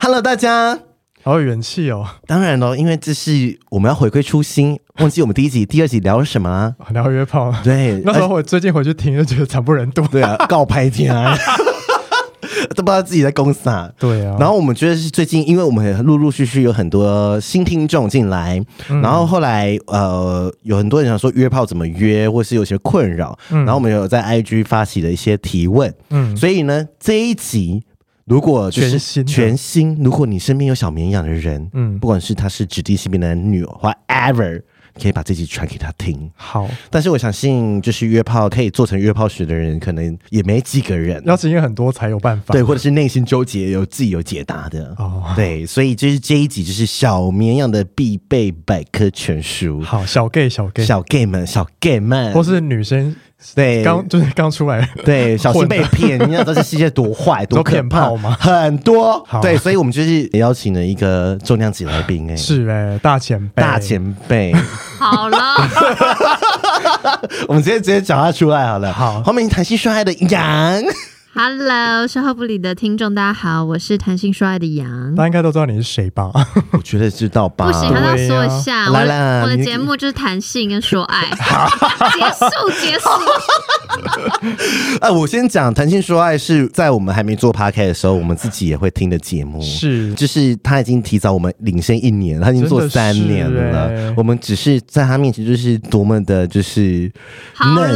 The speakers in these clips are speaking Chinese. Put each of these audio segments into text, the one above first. Hello，大家。好有元气哦，当然喽，因为这是我们要回归初心，忘记我们第一集、第二集聊了什么啊啦、聊约炮。对，那时候而我最近回去听，就觉得惨不忍睹。对啊，告拍天 啊，都不知道自己在公啥。对啊，然后我们觉得是最近，因为我们陆陆续续有很多新听众进来，然后后来呃，有很多人想说约炮怎么约，或是有些困扰，然后我们有在 IG 发起了一些提问，嗯，所以呢，这一集如果就全是新的全新，如果你身边有小绵羊的人，嗯嗯，不管是他是指定性别男女，whatever，你可以把这集传给他听。好，但是我相信，就是约炮可以做成约炮学的人，可能也没几个人。要是因为很多才有办法。对，或者是内心纠结有自己有解答的。哦，对，所以就是这一集就是小绵羊的必备百科全书，好，小 gay 小哎 gay，小 gay 们，小 gay 们，或是女生对刚就是刚出来， 对，小心混的被骗，你知道这世界多 坏，多可骗怕炮吗很多好，对，所以我们就是邀请了一个重量级来宾、哎，是哎，大前辈，大前辈，好了， 我们直接直接讲他出来好了。好欢迎谈性说爱的羊， ，Hello，售后不理的听众，大家好，我是弹性说爱的羊大。家应该都知道你是谁吧？我觉得知道吧？不行，还啊要对说呀一下，来我啦的我的你节目就是弹性跟说 爱，结束结束，哎、我先讲谈性说爱是在我们还没做 p a r k 的时候，我们自己也会听的节目。是就是他已经提早我们领先一年，他已经做三年真了。的是欸我们只是在他面前就是多么的，就是好了，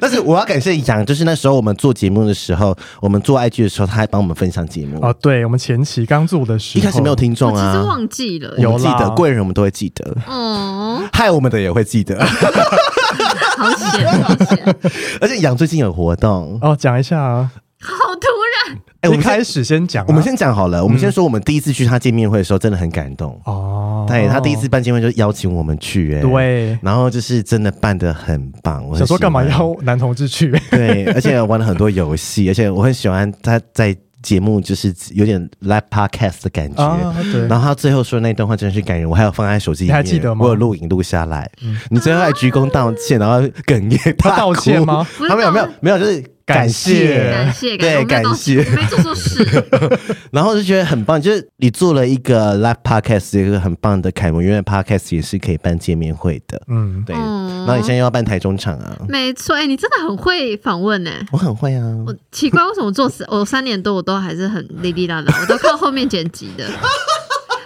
但是我要感谢杨，就是那时候我们做节目的时候，我们做 IG 的时候，他还帮我们分享节目。哦，对，我们前期刚做的时一候，开始没有听我众其实啊，忘记了，有我们记啦得贵人我们都会记 得，哦，害我们的也会记得。好险好险， 而且杨最近有活动，哦，讲一下啊，好突然，哎、我一们先开始先讲啊，我们先讲好了，我们先说我们第一次去他见面会的时候真的很感动。哦，对他第一次办见面会就邀请我们去、哎，，对，然后就是真的办的很棒。我很想说喜干欢嘛要男同志去？对，而且玩了很多 游戏，而且我很喜欢他在节目就是有点 live podcast 的感觉。啊， 对，然后他最后说那段话真的是感人，我还有放在手机里你面，还记得吗嗯我有录影录下来。你最后还鞠躬道歉，然后哽咽大他道哭歉吗？不是他没有没有没有，就是感谢谢，感谢对感感谢，谢我。没有做错事，然后就觉得很棒，就是你做了一个 live podcast，一个很棒的楷模，因为 podcast 也是可以办见面会的。嗯，对，嗯然后你现在又要办台中场啊，没错，哎，你真的很会访问呢。我很会啊。我奇怪，为什么做三我三年多我都还是很哩哩啦啦，我都靠后面剪辑的。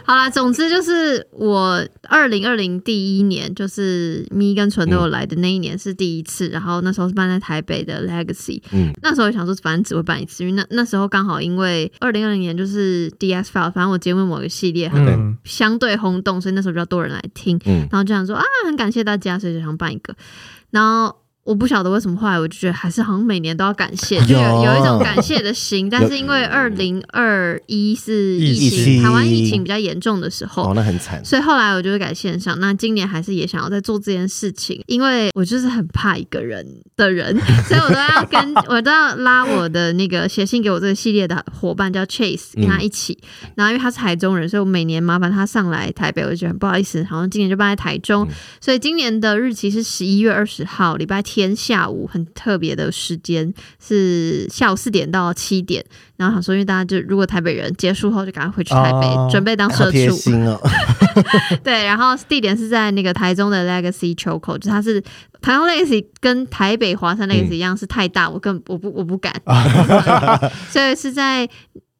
好啦，总之就是我二零二零第一年，就是咪跟纯都有来的那一年是第一次，然后那时候是办在台北的 Legacy，嗯那时候也想说反正只会办一次，因为那那时候刚好因为二零二零年就是 DS File，反正我节目某个系列很嗯，相对轰动，所以那时候比较多人来听，嗯然后就想说啊，很感谢大家，所以就想办一个。然后我不晓得为什么，后来我就觉得还是好像每年都要感谢，就有有有一种感谢的心。但是因为二零二一是疫疫情情，台湾疫情比较严重的时哦候，。那很惨。所以后来我就会改线上，那今年还是也想要再做这件事情，因为我就是很怕一个人 的人，所以我都要跟 我都要拉我的那个写信给我这个系列的伙伴叫 Chase，跟他嗯一起。然后因为他是台中人，所以我每年麻烦他上来台北，我就觉得很不好意思，好像今年就办在台中，嗯所以今年的日期是十一月二十号，礼拜天下午，很特别的时间是下午四点到七点。然后想说，因为大家就如果台北人结束后就赶快回去台北，哦准备当好社贴畜。心 哦，对，然后地点是在那个台中的 Legacy 秋口，就是它是台中 Legacy 跟台北华山嗯 Legacy 一样、是太大，我更我不我不 敢，所以是在。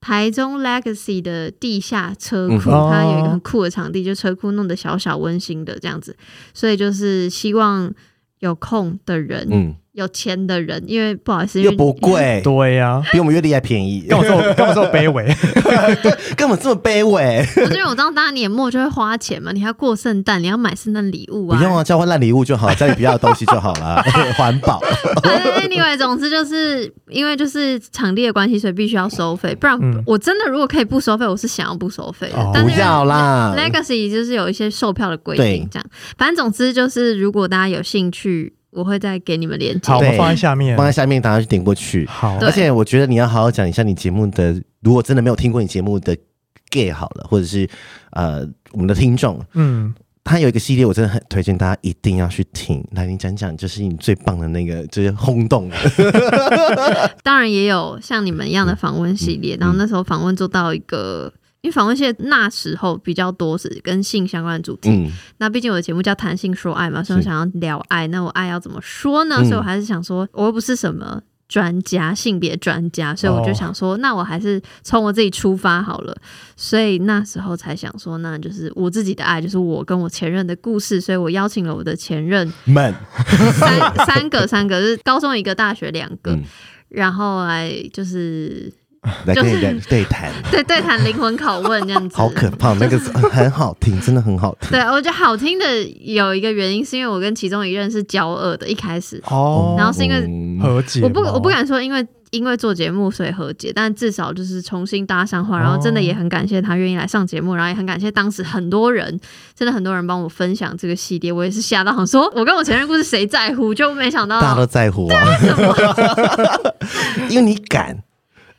台中 Legacy 的地下车库，嗯它有一哦个很酷的场地，就车库弄得小小温馨的这样子，所以就是希望有空的人嗯，有钱的人，因为不好意思，因又为不， 贵，对呀、比我们月历还便宜，干嘛这么干嘛这么卑微？ 根本这么卑微。 我觉得我当大年末就会花钱嘛，你还要过圣诞，你要买圣诞礼物不啊。用啊，交换烂礼物就好，家里不要的东西就好了， 环保。 反正 anyway，总之就是因为就是场地的关系，所以必须要收费。不然嗯我真的如果可以不收费，我是想要不收费的。哦但不是因为要啦， Legacy 就是有一些售票的规对定，这样。反正总之就是，如果大家有兴趣，我会再给你们连接好，。我们对放在下面放。在下面，大家去点过去。好，对而且我觉得你要好好讲一下你节目的，如果真的没有听过你节目的 gay 好了，或者是呃我们的听众，嗯，他有一个系列，我真的很推荐大家一定要去听。来，你讲讲，就是你最棒的那个，就是轰 动的，当然也有像你们一样的访问系列，然后那时候访问做到一个。因为访问系列那时候比较多是跟性相关的主题，嗯，那毕竟我的节目叫谈性说爱嘛，所以我是想要聊爱，那我爱要怎么说呢？嗯所以我还是想说，我又不是什么专家，性别专家，所以我就想说，那我还是从我自己出发好了。所以那时候才想说，那就是我自己的爱，就是我跟我前任的故事，所以我邀请了我的前 任们三三个三个，就是高中一个，大学两个，嗯然后来就是来就跟是你的对谈，对对谈灵魂拷问这样子，好可怕，那个是很好听，真的很好听。对，我觉得好听的有一个原因，是因为我跟其中一任是交恶的，一开始，哦，然后是因为嗯和解吗，哦我不我不敢说因为因为做节目所以和解，但至少就是重新搭上哦话，然后真的也很感谢他愿意来上节目，然后也很感谢当时很多人，真的很多人帮我分享这个系列，我也是吓到想说，我跟我前任故事谁在乎，就没想到大家都在乎啊， 因为你敢。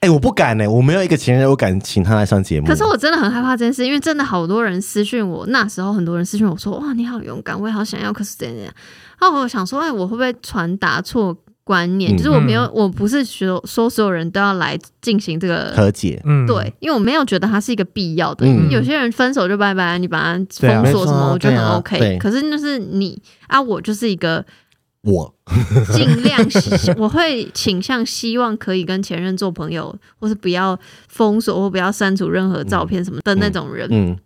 哎、我不敢呢、我没有一个情人，我敢请他来上节目。可是我真的很害怕这件事，因为真的好多人私讯我，那时候很多人私讯我说：“哇，你好勇敢，我也好想要。”可是怎样怎样，然后我想说，哎，我会不会传达错观念？嗯就是我没有，我不是说说所有人都要来进行这个。和解，嗯，对，因为我没有觉得它是一个必要的。嗯有些人分手就拜拜，你把它对啊封锁没错什么，啊我觉得对啊很 OK、对可是就是你啊，我就是一个我尽量希， 我会倾向希望可以跟前任做朋友，或是不要封锁或不要删除任何照片什么的那种人。嗯，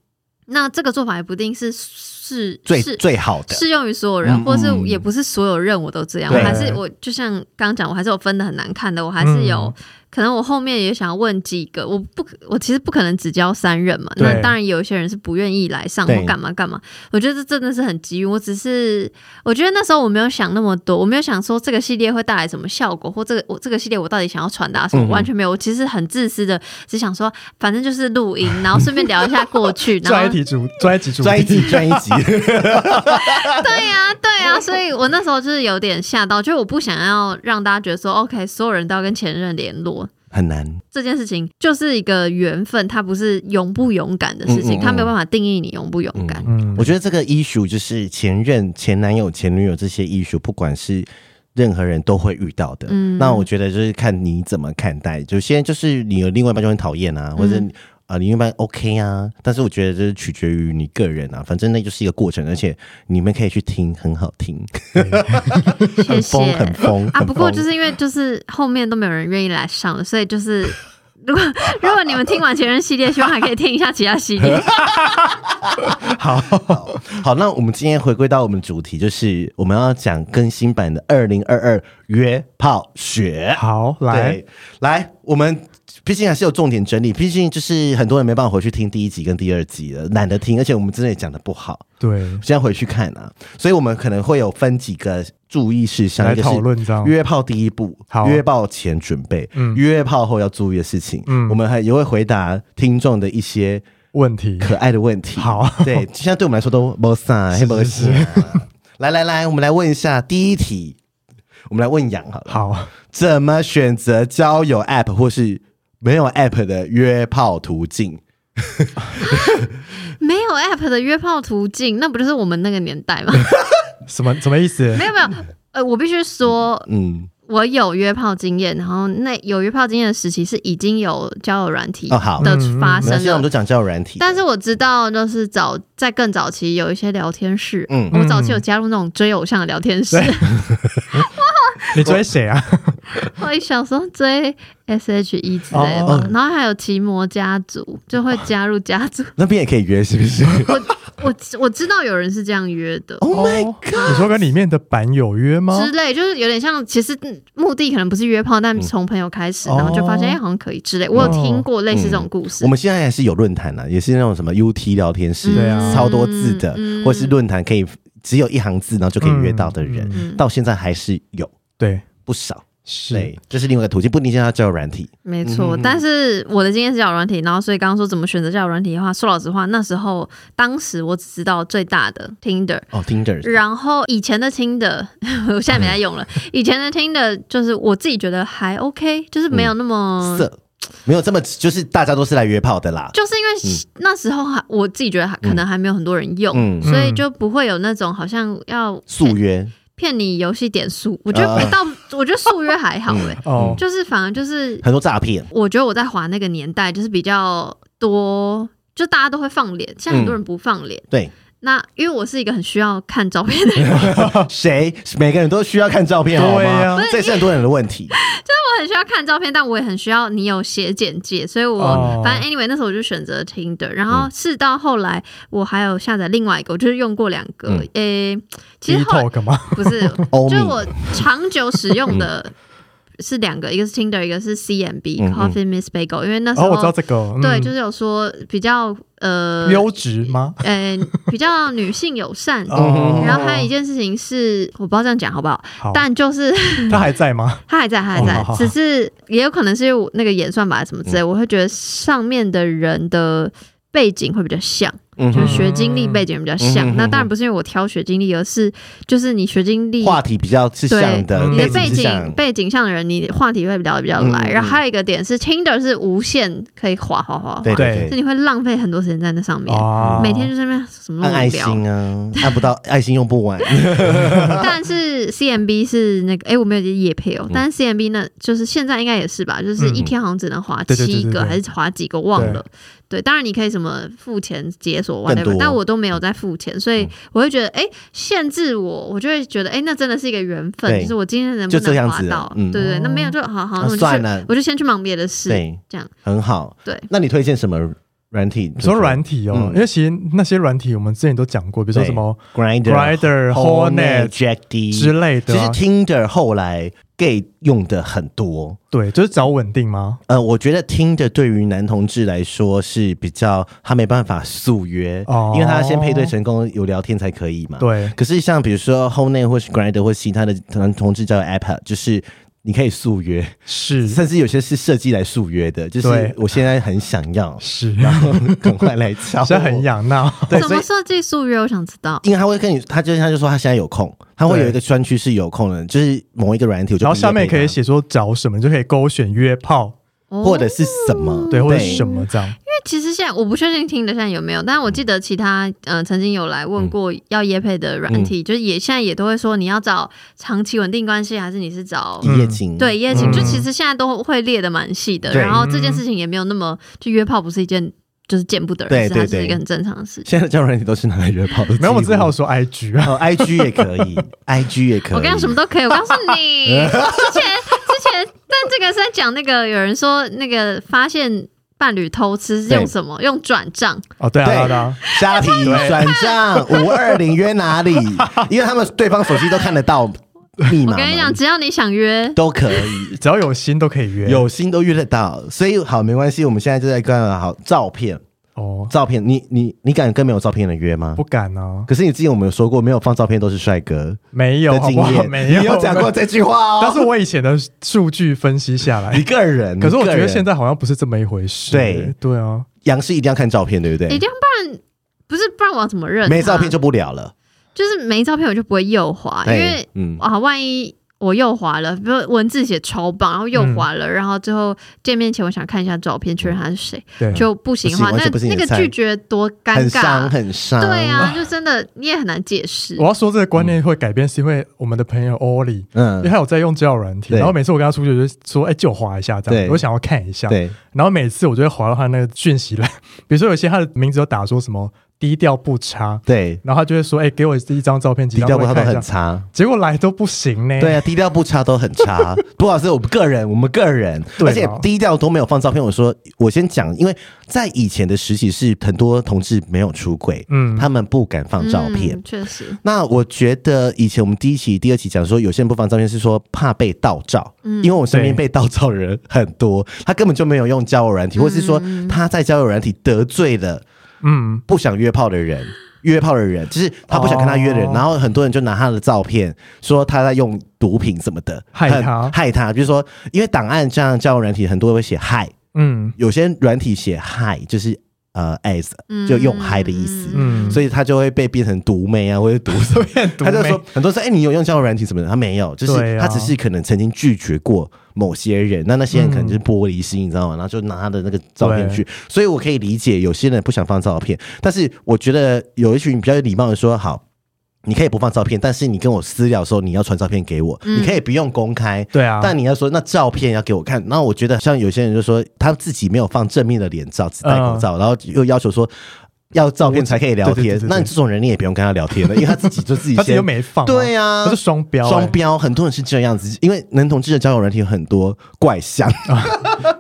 那这个做法也不一定是适最适最好的，适用于所有人，嗯或是嗯也不是所有任我都这样。我对还是我就像刚刚讲，我还是有分的很难看的，我还是有、嗯可能我后面也想问几个，我不我其实不可能只教三人嘛。对那当然有一些人是不愿意来上对或干嘛干嘛，我觉得这真的是很机遇。我只是我觉得那时候我没有想那么多，我没有想说这个系列会带来什么效果，或这个我这个系列我到底想要传达什么，嗯哼完全没有。我其实很自私的，只想说反正就是录音，然后顺便聊一下过 去，然专一后题主专一题主专一题集专一 集，对呀、对呀、所以我那时候就是有点吓到，就是我不想要让大家觉得说，OK，所有人都要跟前任联络很难。这件事情，就是一个缘分，它不是勇不勇敢的事嗯情，嗯嗯它没有办法定义你勇不勇敢。嗯，我觉得这个 issue 就是前任、前男友、前女友这些 issue，不管是任何人都会遇到的。嗯那我觉得就是看你怎么看待。就现在就是你有另外一半就很讨厌啊，或者嗯啊、呃另外一半 OK 啊，但是我觉得这是取决于你个人啊，反正那就是一个过嗯程，而且你们可以去听，很好听，谢很谢疯，很疯啊，很不过疯就是因为就是后面都没有人愿意来上了，所以就是。 如果如果你们听完前任系列，希望还可以听一下其他系 列。好，那我们今天回归到我们主题，就是我们要讲更新版的二零二二约炮学。好来对，来，我们毕竟还是有重点整理，毕竟就是很多人没办法回去听第一集跟第二集了，懒得听，而且我们真的也讲的不好，对现在回去看啊，所以我们可能会有分几个注意事项，来一个是讨论这样约炮第一步，好约炮前准备，嗯约炮后要注意的事情，嗯我们还也会回答听众的一些问题可爱的问题，好对，现在对我们来说都 没啥，黑没事。来来来，我们来问一下第一题，我们来问杨好了，好怎么选择交友 App 或是没有 App 的约炮途径？没有 App 的约炮途径，那不就是我们那个年代吗？ 什么什么意思没？有没有，呃，我必须说，嗯，我有约炮经验，然后那有约炮经验的时期是已经有交友软体哦好的发那生现啊在我了。们都讲交友软体，啊但是我知道，就是早在更早期有一些聊天室，嗯我早期有加入那种追偶像的聊天嗯 室，你追谁啊？我小时候追 S H E 之类的吧，哦然后还有奇摩家族，就会加入家族。 那边也可以约，是不是？我我我知道有人是这样约的。 Oh my 哦 god！你说跟里面的版友约吗？嗯之类，就是有点像，其实嗯目的可能不是约炮，但从朋友开始，然后就发现哦嗯哎、好像可以之类。我有听过类似这种故事，我们现在还是有论坛啊呢，也是那种什么 UT 聊天室，对啊超多字的，嗯或是论坛可以只有一行字，然后就可以约到的人，嗯到现在还是有对，不少。是对，这是另外一个途径，不一定要交友软体。没错。但是我的经验是交友软体，然后所以刚刚说怎么选择交友软体的话，说老实话，那时候当时我只知道最大的 Tinder。哦，Tinder 然后以前的 Tinder，我 现在没在 用了。以前的 Tinder 就是我自己觉得还 OK，就是没有那么嗯色没有这么，就是大家都是来约炮的啦。就是因为那时候还我自己觉得还可能还没有很多人用，嗯所以就不会有那种好像要素啊约，骗你游戏点数，我觉得不到，我觉得速约还好嗯哎、哦，就是反而就是很多诈骗。我觉得我在滑那个年代就是比较多，就大家都会放脸，现在很多人不放嗯脸。对，那因为我是一个很需要看照片的 人，我谁每个人都需要看照片，好吗？对啊呀这也是很多人的问题。很需要看照片，但我也很需要你有写简介，所以我、哦嗯反正 anyway 那时候我就选择 Tinder，然后是到后来我还有下载另外一个，我就是用过两个，嗯诶、其 B 实后来 talk 嘛，不 是，欧就米是我长久使用嗯的是两个，一个是 Tinder，一个是 CMB、嗯嗯 Coffee Miss Bagel，因为那时哦，候、我知道这个，嗯对，就是有说比较呃优质吗？呃比较女性友善。嗯哦，然后还有一件事情是，我不知道这样讲好不好，好，但就是他还在吗？他还在，他还哦好在好，好只是也有可能是因为我那个演算法什么之类，嗯我会觉得上面的人的背景会比较像。嗯就哼是学经历背景比较像。嗯那当然不是因为我挑学经历，而是就是你学经历。话题比较是像的，对你的背景是景像。背景像的人，你话题会聊得比较来。嗯嗯然后还有一个点是，Tinder 是无限可以滑滑滑滑，对对所以你会浪费很多时间在那上面，啊每天就在那边什么都按爱无聊。心啊，按不到爱心用不完。但是 CMB 是那个，哎，我没有夜配嗯哦。但是 CMB 呢，就是现在应该也是吧，就是一天好像只能滑对对对七对个对还是滑几个忘了。对，当然你可以什么付钱解锁更多嗯 whatever，但我都没有在付钱，所以我会觉得，哎，限制我，我就会觉得，哎，那真的是一个缘分，对就是我今天能不就这能样滑子到？嗯对对，哦那没有就好好，啊那我就算去了我就先去忙别的事。对，这样很好。对，那你推荐什么软体？你说软体哦，嗯因为其实那些软体我们之前都讲过，比如说什么 Grinder、 Grindr Hornet Jack D 之类其的实啊， Tinder 后来 gay 用的很多。对，就是找稳定吗？呃，我觉得 Tinder 对于男同志来说是比较他没办法速约，哦因为他先配对成功有聊天才可以嘛。。对，可是像比如说 Hornet 或是 Grinder 或其他的男同志交友 App，就是你可以速约， 是甚至有些是设计来速约的，就是对我现在很想 要，是， 然后赶快来敲我，现在很痒闹，对，怎所以哦么设计速约？我想知道。因为他会跟你，他就他就说他现在有空，他会对有一个专区是有空的，就是某一个软体，我就嗯然后下面直接可配以他，写说找什么，你就可以勾选约炮，哦或者是什么，对，或者什么这样，其实现在我不确定听的现在有没有，但我记得其他呃曾经有来嗯问过要叶配的软体，就是也现在也都会说你要找长期稳定关系，还是你是找、一夜情，对夜情，嗯就其实现在都会列的蛮细的。对然后这件事情也没有那么就约炮不是一件就是见不得对人的事，它对是对一个很正常的事情。现在的交友软体都是拿来约炮的，没有，我们之前还有好说 IG 啊，哦，IG 也可以 ，IG 也可以，我跟你讲什么都可以，我告诉 你，之前之前，但这个是在讲那个有人说那个发现伴侣偷吃是用对什么？用转账。哦，对啊，对对啊对啊，虾皮转账五二零约哪 里？因为他们对方手机都看得到密我码嘛，跟你讲，只要你想约，都可以。只要有心都可以约，有心都约得到，所以好没关系。我们现在就在看好照片，哦，照片，你你你敢跟没有照片的约吗？不敢啊，可是你之前我们有说过，没有放照片都是帅哥没有，的好经不好？验，没有，你有讲过这句话哦。哎但是我以前的数据分析下来一，个人，可是我觉得现在在好像不是这么一回事。对对啊，杨是一定要看照片，对不一对？定要啊不然不是不然我要怎么认他？没照片就不聊了，就是没照片我就不会右滑，因对为嗯，啊，万一我右滑了，比如文字写超棒，然后右滑嗯了，然后最后见面前我想看一下照片，确认他是谁，对，就不行的话，不行完那全不行那个也菜拒绝多尴很伤尬。很伤。对，啊，就真的你也很难解释我。要说这个观念会改变，是因为我们的朋友 Oli，因为嗯，他有在用交友软体，对然后每次我跟他出去，我就说，哎，借我滑一下这样，对我想要看一下。对，然后每次我就会滑到他那个讯息栏，比如说有些他的名字有打说什么低调不差，对，然后他就会说：“哎、给我一张照片，几低张调我不差都看一下。很差。”结果来都不行呢。对啊，低调不差都很 差，不管是我们个人，我们个人，对啊而且啦低调都没有放照片。我说，我先讲，因为在以前的时期是很多同志没有出轨，嗯，他们不敢放照片。嗯确、实，那我觉得以前我们第一期、第二期讲说，有些人不放照片是说怕被盗照，嗯因为我身边对被盗照的人很多，他根本就没有用交友软嗯体，或是说他在交友软体得罪了嗯，不想约炮的人，约炮的人就是他不想跟他约的人，哦然后很多人就拿他的照片说他在用毒品什么的，害很他害他，就是说因为档案这样交友软体很多会写害，嗯，有些软体写害就是呃 as 嗯就用嗨的意思嗯所以他就会被变成毒妹啊，或者毒什么。变毒他就妹说，很多人说，哎、你有用交友软体什么的？他没有，就是对啊他只是可能曾经拒绝过某些人，那那些人可能就是嗯玻璃心，你知道吗？然后就拿他的那个照片去，所以我可以理解有些人不想放照片，但是我觉得有一群比较有礼貌的说，好。你可以不放照片，但是你跟我私聊的时候，你要传照片给我。嗯你可以不用公开，对啊，但你要说那照片要给我看，那我觉得像有些人就说他自己没有放正面的脸照，只戴口罩，然后又要求说要照片才可以聊嗯对对天对对，对那你这种人你也不用跟他聊天了，因为他 自己就自己他自己先又没放啊，对啊他是双标欸，双标，很多人是这样子，因为男同志的交友软体有很多怪象，哎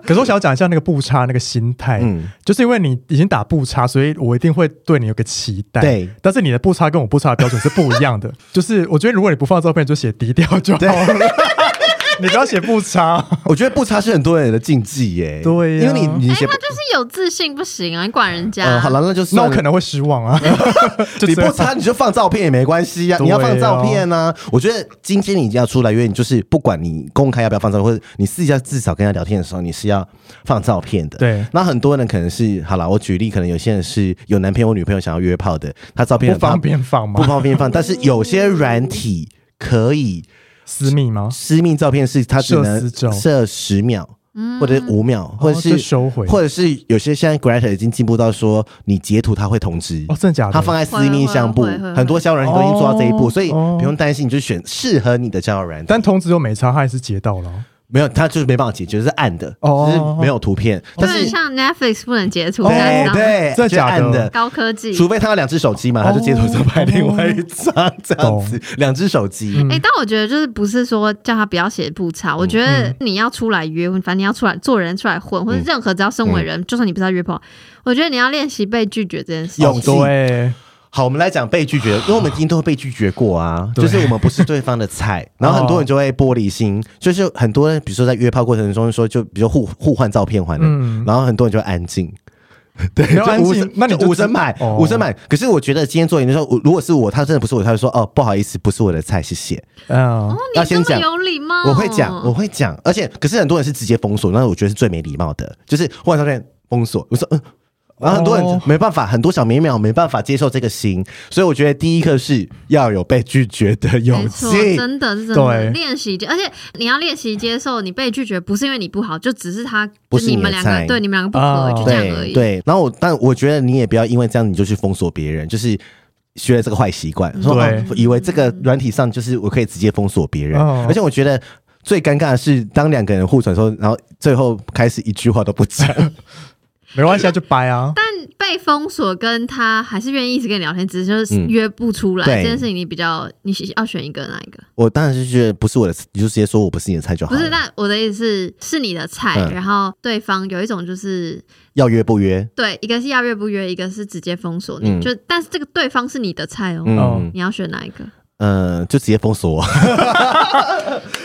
可是我想要讲一下那个步差那个心态，嗯就是因为你已经打步差，所以我一定会对你有个期待。对，但是你的步差跟我步差的标准是不一样的。就是我觉得如果你不放照片，就写低调就好了， 你不要写步差。啊我觉得不差是很多人的禁忌耶、对因啊为你你写、哎他就是有自信不行啊，你管人家。呃好了，那就那算我了可能会失望啊。就你这样不差 你就放照片也没关系呀、对啊你要放照片呢、我觉得今天你要出来约，你就是不管你公开要不要放照片，或者你私下至少跟他聊天的时候，你是要放照片的。对那很多人可能是好了，我举例，可能有些人是有男朋友、女朋友想要约炮的，他照片不很怕方便放不吗？方便放，但是有些软体可以私密吗？私密照片是它只设能死角设十秒。或者五秒，或者是、就收回或者是有些现在 Grad 已经进步到说，你截图它会通知哦，真的假的？它放在私密相簿会会会，会很多交友软件都已经做到这一步，哦所以哦不用担心，你就选适合你的交友软件。但通知又没差，他还是截到了。没有，它就是没办法解决，是暗的，哦就是没有图片，就哦但很是像 Netflix 不能截图对那张对，真的就是暗假的的。哦高科技。除非他有两只手机嘛，他就截图再拍另外一张这样子，两只手机。哎、但我觉得就是不是说叫他不要写步差，我觉得嗯你要出来约，反正你要出来做人出来混，或者任何只要嗯身为人，就算你不知道约炮，我觉得你要练习被拒绝这件事。有勇气对，好，我们来讲被拒 绝，因为我们一定都会被拒绝过啊，对就是我们不是对方 的菜，然后很多人就会玻璃心，就是很多人比如说在约炮过程中说，就比如说互互换照片环了，嗯然后很多人就会安 静。对，没有就安无静声那你就就无声知买，哦无声买。可是我觉得今天做研究说，我如果是我，他真的不是我，他就说哦，不好意思，不是我的菜，谢谢。嗯哦，要你这先么讲有礼貌，我会讲，哦我会讲，而且可是很多人是直接封锁，那我觉得是最没礼貌的，就是忽然照片封锁，我说嗯。然后很多人哦没办法，很多小绵羊没办法接受这个心，所以我觉得第一课是要有被拒绝的没勇错，气。真的是真对的练习，而且你要练习接受你被拒绝，不是因为你不好，就只是他，不就是你你的们两个菜对你们两个不哦合，就这样而对已。对，然后我但我觉得你也不要因为这样你就去封锁别人，就是学了这个坏习惯，说对哦以为这个软体上就是我可以直接封锁别人，哦而且我觉得。最尴尬的是，当两个人互传说，然后最后开始一句话都不讲，没关系啊，就掰啊。但被封锁跟他还是愿意一直跟你聊天，只是就是嗯约不出来、对这件事情，你比较你喜要选一个哪一个？我当然是觉得不是我的，你就直接说我不是你的菜就好不了。是，那我的意思是是你的菜，哦嗯然后对方有一种就是要约不约？对，一个是要约不约，一个是直接封锁你，嗯就但是这个对方是你的菜哦，嗯哦，你要选哪一个？呃，就直接封锁我，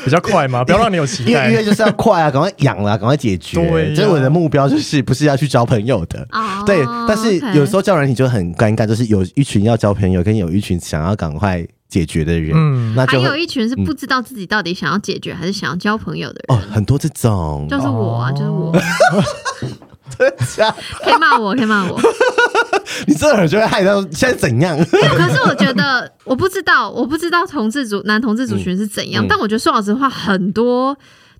比较快嘛，不要让你有期因为待约。就是要快啊，赶快养了，赶快解决。对呀这是我的目标，就是不是要去交朋友的。哦，对，但是有时候候交友软体就很尴尬，就是有一群要交朋友，跟有一群想要赶快解决的人，嗯，那还就会有一群是不知道自己到底想要解决还是想要交朋友的人。哦，很多这种，就是我啊，哦就是我，假可以骂我，可以骂 我。 你这种就会害到现在怎样？没有可是我觉得，我不知道，我不知道同志族男同志族群是怎嗯样，嗯但我觉得说老实话，很多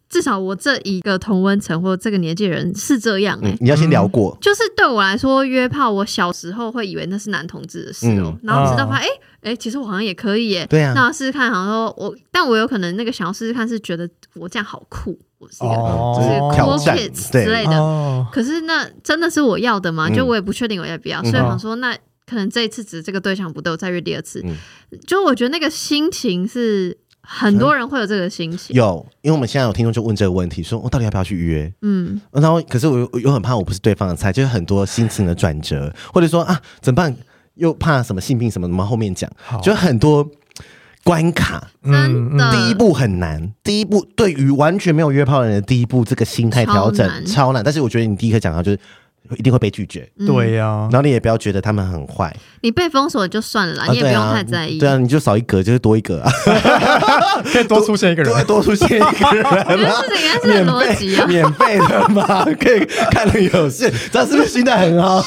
至少我这一个同温层或这个年纪的人是这样哎、 嗯你要先聊过，就是对我来说，约炮，我小时候会以为那是男同志的事哦、嗯然后直到发现，哎、哎、诶其实我好像也可以耶、对啊那试试看，好像说我，但我有可能那个想要试试看，是觉得我这样好酷，我是一个、哦就是哦 cool kids 之类的。哦，可是那真的是我要的吗？嗯就我也不确定我要不要，所以我想说，那可能这一次只是这个对象不对，我再约第二次嗯。就我觉得那个心情是很多人会有这个心情，有，因为我们现在有听众就问这个问题，说我、哦到底要不要去约？嗯，然后可是我又我又很怕我不是对方的菜，就是很多心情的转折，或者说啊怎么办？又怕什么性病什么，我们后面讲，好就很多关卡。真的。第一步很难，第一步对于完全没有约炮的人的第一步，这个心态调整超难超难。但是我觉得你第一个讲到就是一定会被拒绝，嗯对呀然，后你也不要觉得他们很坏，你被封锁就算了啦，啊你也不对用啊太在意。对啊，你就少一格就是多一格啊，可以多出现一 个人多，多出现一个人我觉得啊。这个应该是免很逻辑费啊！免费的嘛，可以看的有事，这样是不是心态很好？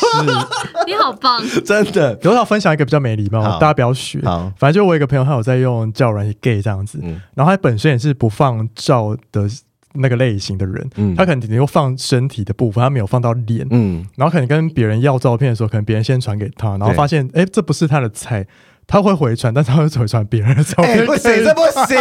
你好棒，啊 真的，有我要分享一个比较没礼貌好，大家不要学。好反正就我有一个朋友，他有在用叫软体 gay 这样子，嗯然后他本身也是不放照的那个类型的人，嗯他可能顶多放身体的部分，他没有放到脸。嗯，然后可能跟别人要照片的时候，可能别人先传给他，然后对发现哎，诶这不是他的菜，他会回传，但是他会回传别人的照哎、 片。不行，这不行，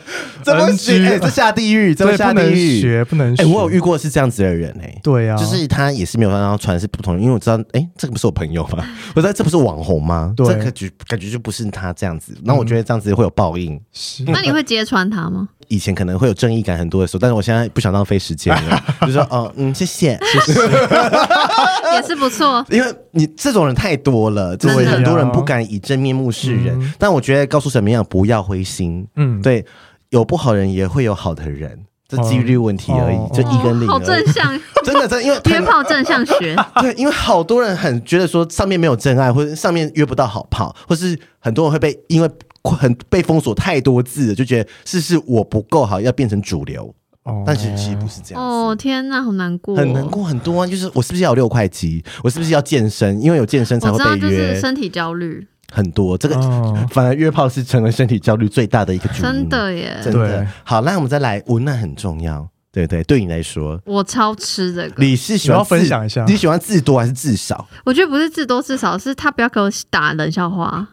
这不行， NG 哎、这下地狱，这对会下不地能狱。学，不能学。哎、我有遇过是这样子的人哎、对啊，就是他也是没有让他传是不同的，因为我知道，哎、这个不是我朋友 吗？我知道这不是网红吗？对这感觉感觉就不是他这样子。那我觉得这样子会有报 应。是 那你会揭穿他吗？以前可能会有正义感很多的时候，但是我现在不想浪费时间 了，就说哦，嗯，谢谢， 谢谢。呃也是不错，因为你这种人太多了，就真的是很多人不敢以真面目示人。嗯但我觉得告诉什么样不要灰心，嗯，对，有不好人也会有好的人，这几率问题而已，哦就一跟零哦好而正已。 向，真的，真的，因为约炮正 向学，对，因为好多人很觉得说上面没有真爱，或者上面约不到好炮，或是很多人会被因为很被封锁太多次了，就觉得是是我不够好，要变成主流。哦但其实其实不是这样子。哦，天哪，好难过，很难。过很多啊，就是我是不是要有六块肌？我是不是要健身？因为有健身才我会知道，被就约是。身体焦虑，很多，这个、哦反而约炮是成为身体焦虑最大的一个主因。真，的耶，嗯真的对。好，那我们再来，文案很重要，对对，对你来说，我超吃这个。你是喜你欢要分字享一下你喜欢字多还是字少？我觉得不是至多至少是他不要给我打冷 笑话。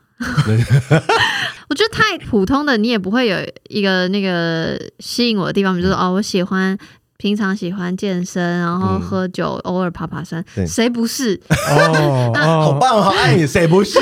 我觉得太普通的，你也不会有一个那个吸引我的地方，比如说哦，我喜欢。平常喜欢健身，然后嗯喝酒，偶尔爬爬山对，谁不是？哦哦，好棒，好爱你，谁不 是？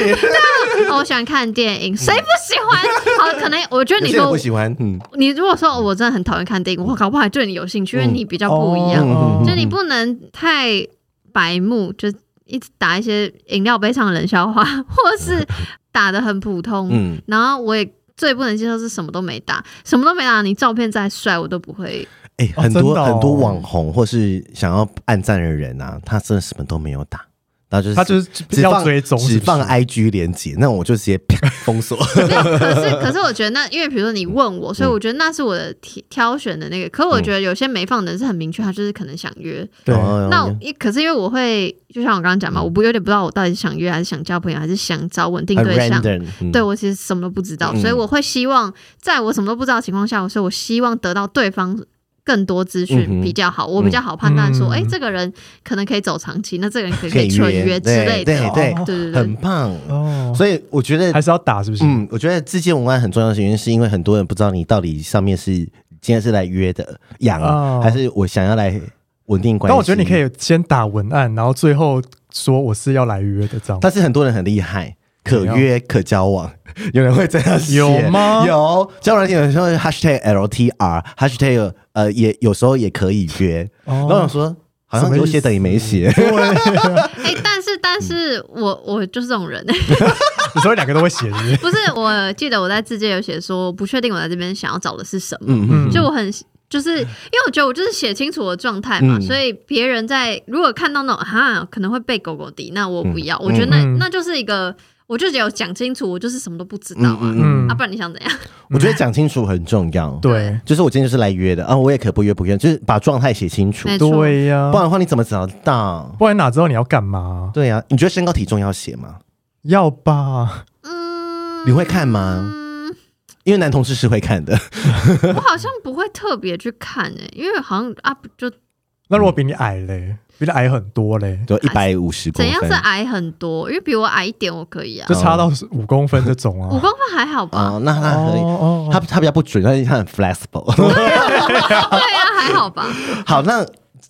哦我喜欢看电影，谁不喜欢？好，可能我觉嗯得有你些人说不喜欢，嗯，你如果说哦我真的很讨厌看电影，我搞不好还对你有兴趣，因为嗯你比较不一样。哦就你不能太白目，就一直打一些饮料杯上的冷笑话， 或是打的很普通。嗯。然后我也最不能接受是什么都没打，什么都没打，你照片再帅我都不会。哎、哦很多、真的哦很多网红或是想要暗赞的人啊，他真的什么都没有打，然后就是他就是只要放追踪是只不是放 IG 连接，那我就 直接啪封锁。没有可 是可是我觉得那因为比如说你问我，嗯所以我觉得那是我的挑挑选的那个。可我觉得有些没放的人是很明确，他就是可能想约。对哦那我可是因为我会，就像我刚刚嗯讲嘛，我不有点不知道我到底是想约还是想交朋友，还是想找稳定很对象。 random，、嗯、对我其实什么都不知道，嗯所以我会希望在我什么都不知道的情况下，所以我希望得到对方更多资嗯哼讯比较好，我比较好判断说，嗯哎、这个人可能可以走长期，那这个人可以可可以以约纯约之类的对哦，对对对对很棒。哦，所以我觉得还是要打是不是？嗯，我觉得自荐文案很重要的原因，是因为很多人不知道你到底上面是今天是来约的养，哦还是我想要来稳定关系。但我觉得你可，以先打文案，然后最后说我是要来约的这 样。但是很多人很厉害，可怎样约可交往，有人会这样写有吗有，交往软件有时候 hashtag LTR，hashtag 呃也有时候也可以约。然后我想哦，说，好像什么意有思写等于没写， 哎、但是但是我我就是这种人， 你说两个都会写是不是？不是？我记得我在自荐有写说，我不确定我在这边想要找的是什么，嗯嗯，就我很。就是因为我觉得我就是写清楚我的状态嘛，嗯所以别人在如果看到那种哈可能会被狗狗滴，那我不要，我觉得那、嗯那就是一个，我就只有讲清楚，我就是什么都不知道啊，嗯啊，不然你想怎样？我觉得讲清楚很重要。对就是我今天就是来约的啊，我也可不约不约，就是把状态写清楚，没错对呀不，然的话你怎么找得到？不然哪知道你要干嘛？对啊，你觉得身高体重要写吗？要吧？嗯，你会看吗？嗯，因为男同事是会看的， 我好像不会特别去看诶、因为好像啊，不就那如果比你矮嗯嘞，比你矮很多嘞，就一百五十公啊怎样分是矮很多，因为比我矮一点我可以啊哦就，差到五公分这种五啊。公分还好吧？啊，那他可以，哦他他比较不准，但是他很 flexible。 对啊，还好吧？ 好，那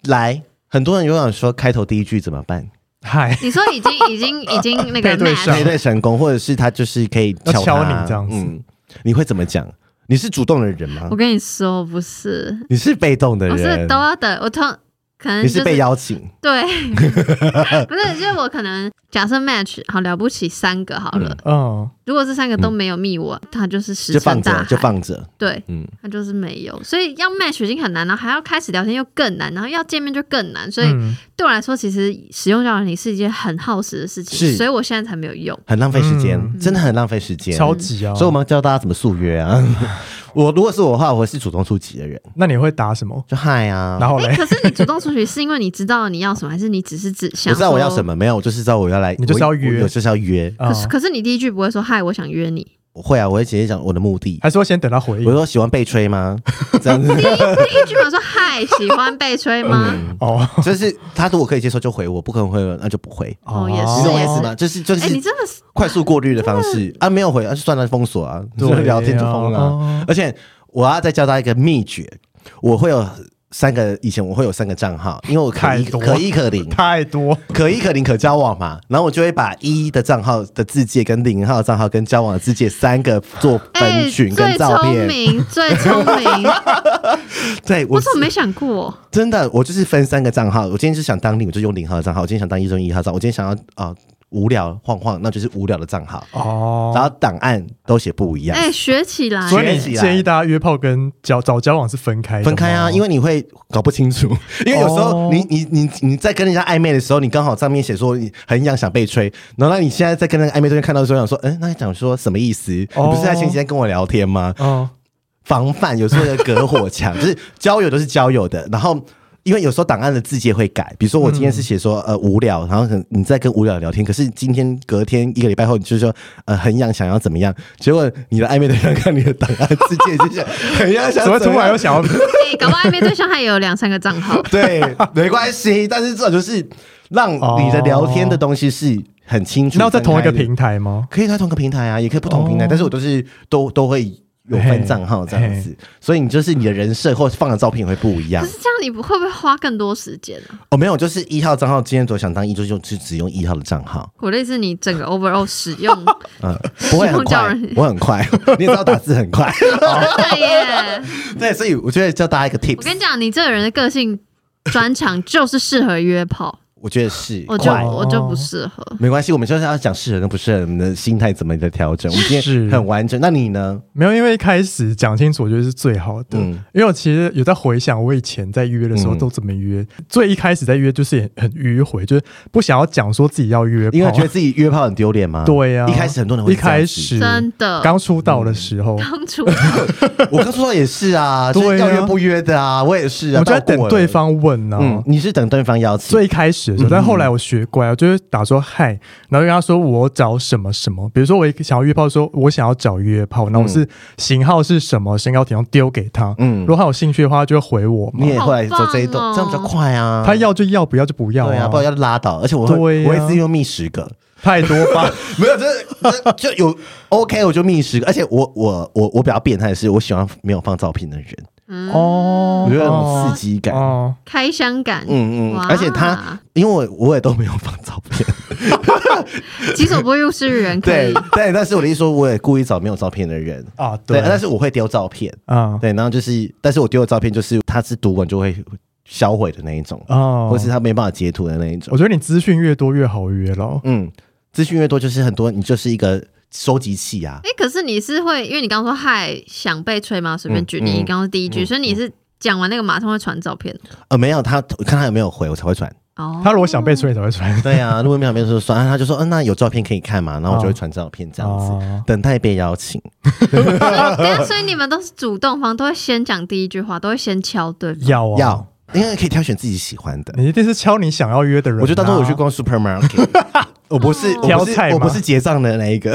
来，很多人永远说开头第一句怎么办？嗨，你说已经已经已经那个 配对 match 上配了对成功，或者是他就是可以要敲敲他你这样子嗯，你会怎么讲？你是主动的人吗我？跟你说，不是，你是被动的我哦是人都，要等，我通可能你就是被邀请， 对， 不是，就是我可能假设 match 好了不起三个好了，嗯，如果这三个都没有密我，他就是石嗯就放沉大着，海，就放着。对，嗯，他就是没有，所以要 match 已经很难了，还要开始聊天又更难，然后要见面就更难，所以嗯对我来说，其实使用交友软体是一件很耗时的事情，是所以我现在才没有用。很浪费时间，嗯真的很浪费时间。超级啊，所以我们要教大家怎么速约啊。 我如果是我的话，我是主动出击的人，那你会打什么？就嗨啊。然后哎、 嘞，可是你主动出去是因为你知道你要什么，还是你只是只想我知道我要什么？么，哦没有，我就是知道我要来，你就是要我约我我就是要约。嗯可是可是你第一句不会说嗨，我想约你，我会啊，我会直接讲我的目的。还是会先等他回我应说喜欢被吹吗？这样子， 第一句嘛说嗨，喜欢被吹吗？嗯哦。就是他如果可以接受就回我，不可能回我那就不回。哦也你是懂我也意思是吗？就是就哎、你是真的是快速过滤的方式啊，没有回啊，就算了封锁啊，就对啊聊天就封了啊哦。而且我要再教大家一个秘诀，我会有三个，以前我会有三个账号，因为我可一太多可一 可零，太多，可一可零可交往嘛，然后我就会把一的账号的字界跟零号的账号跟交往的字界三个做分哎、群跟最照聪片。明，最聪 明，对，我我怎么没想过？哦真的，我就是分三个账号。我今天是想当零，我就用零号的账号；我今天想当一，就用一号的账号；我今天想要啊、呃无聊晃晃，那就是无聊的账号。然哦，后档案都写不一样，哎、学起来，所以学你起来建议大家约炮跟交早交往是分开的吗分开啊，因为你会搞不清楚。 因为有时候哦你、你你你在跟人家暧昧的时候，你刚好上面写说你很想想被吹，然后那你现在在跟那个暧昧对象看到的时候，想说，嗯，那你讲说什么意思？哦你不是在前几天跟我聊天吗？嗯防范有时候的隔火墙， 就是交友都是交友的，然后。因为有时候档案的字界会改，比如说我今天是写嗯说、呃无聊，然后可能你在跟无聊聊天，可是今天隔天一个礼拜后，你就说呃很想想要怎么样，结果你的暧昧对象看你的档案字界就是很想 想怎么怎突么然样，又想要？哎、搞不好暧昧对象还有两三个账号 对，没关系，但是这种就是让你的聊天的东西是很清楚。哦那要在同一个分开的，平台吗？可以在同一个平台啊，也可以不同平台，哦但是我都是都都会有分账号这样子，所以你就是你的人设或放的照片也会不一样可。是这样你不会不会花更多时间啊？哦，没有，就是一号账号，今天我想当一，就是用就只用一号的账号，我的意思，你整个 overall 使 用，嗯， 不会很用叫快人，我很快， 你也知道打字很快， 对耶！对，所以我觉得教大家一个我 tips，跟你讲，你这个人的个性专长就是适合约炮，我觉得是我就快。哦我就不适合。没关系，我们就是要讲适合跟不适合，我们的心态怎么的调整。我们今天是很完整，那你呢？没有，因为一开始讲清楚，我觉得是最好的。嗯因为我其实有在回想我以前在约的时候嗯都怎么约，最一开始在约就是也很迂回，就是不想要讲说自己要约炮，因为觉得自己约炮很丢脸吗？啊对呀、一开始很多人会一这样开子，嗯始真的刚出道的时候，当 初我刚出道也是啊， 对啊就是要约不约的啊，我也是啊，我就在到等过了对。方问啊呢、嗯，你是等对方邀请，最一开始的时嗯候，但后来我学乖，我就是打说嗨，然后跟他说我找什么什么，比如说我想要约炮，说我想要找约炮，那我是型号是什么，身高体重丢给他，嗯如果他有兴趣的话，他就会回我嘛你。也后来走这一种，好棒哦这样比较快啊。他要就要，不要就不要对啊，不然要拉倒。而且我会，对啊我会自用密十个，太多吧？没有，就是这就有 OK，我就密十个。而且我我我我比较变态的是，我喜欢没有放照片的人， 哦 我觉得很刺激感。哦，嗯开箱感，嗯嗯哇，而且他，因为我我也都没有放照 片，己所不欲，勿施于人，可对以。对，但是我的意思说，我也故意找没有照片的人，啊，对，但是是我会丢照片，啊对，然后就是，但是我丢的照片就是它是读完就会销毁的那一种，哦，或是它没办法截图的那一种我。觉得你资讯越多越好约了。嗯，资讯越多，就是很多，你就是一个收集器啊。哎、可是你是会，因为你刚刚说嗨想被吹吗？随便举嗯例，嗯你刚刚是第一句，所以你是讲完那个马上会传照片呃，没有他，我看他有没有回，我才会传。哦。他如果想被吹才会传对啊， 如果没有没有说传，他就说，嗯、那有照片可以看嘛，然后我就会哦传照片这这样子，子。等待被邀请。所以等一下，所以你们都是主动方，都会先讲第一句话，都会先敲对方。要啊要，因为可以挑选自己喜欢的。你一定是敲你想要约的人啊。我就当做我去逛 supermarket，我 不是，我挑不是菜，我不嘛是结账的那一个。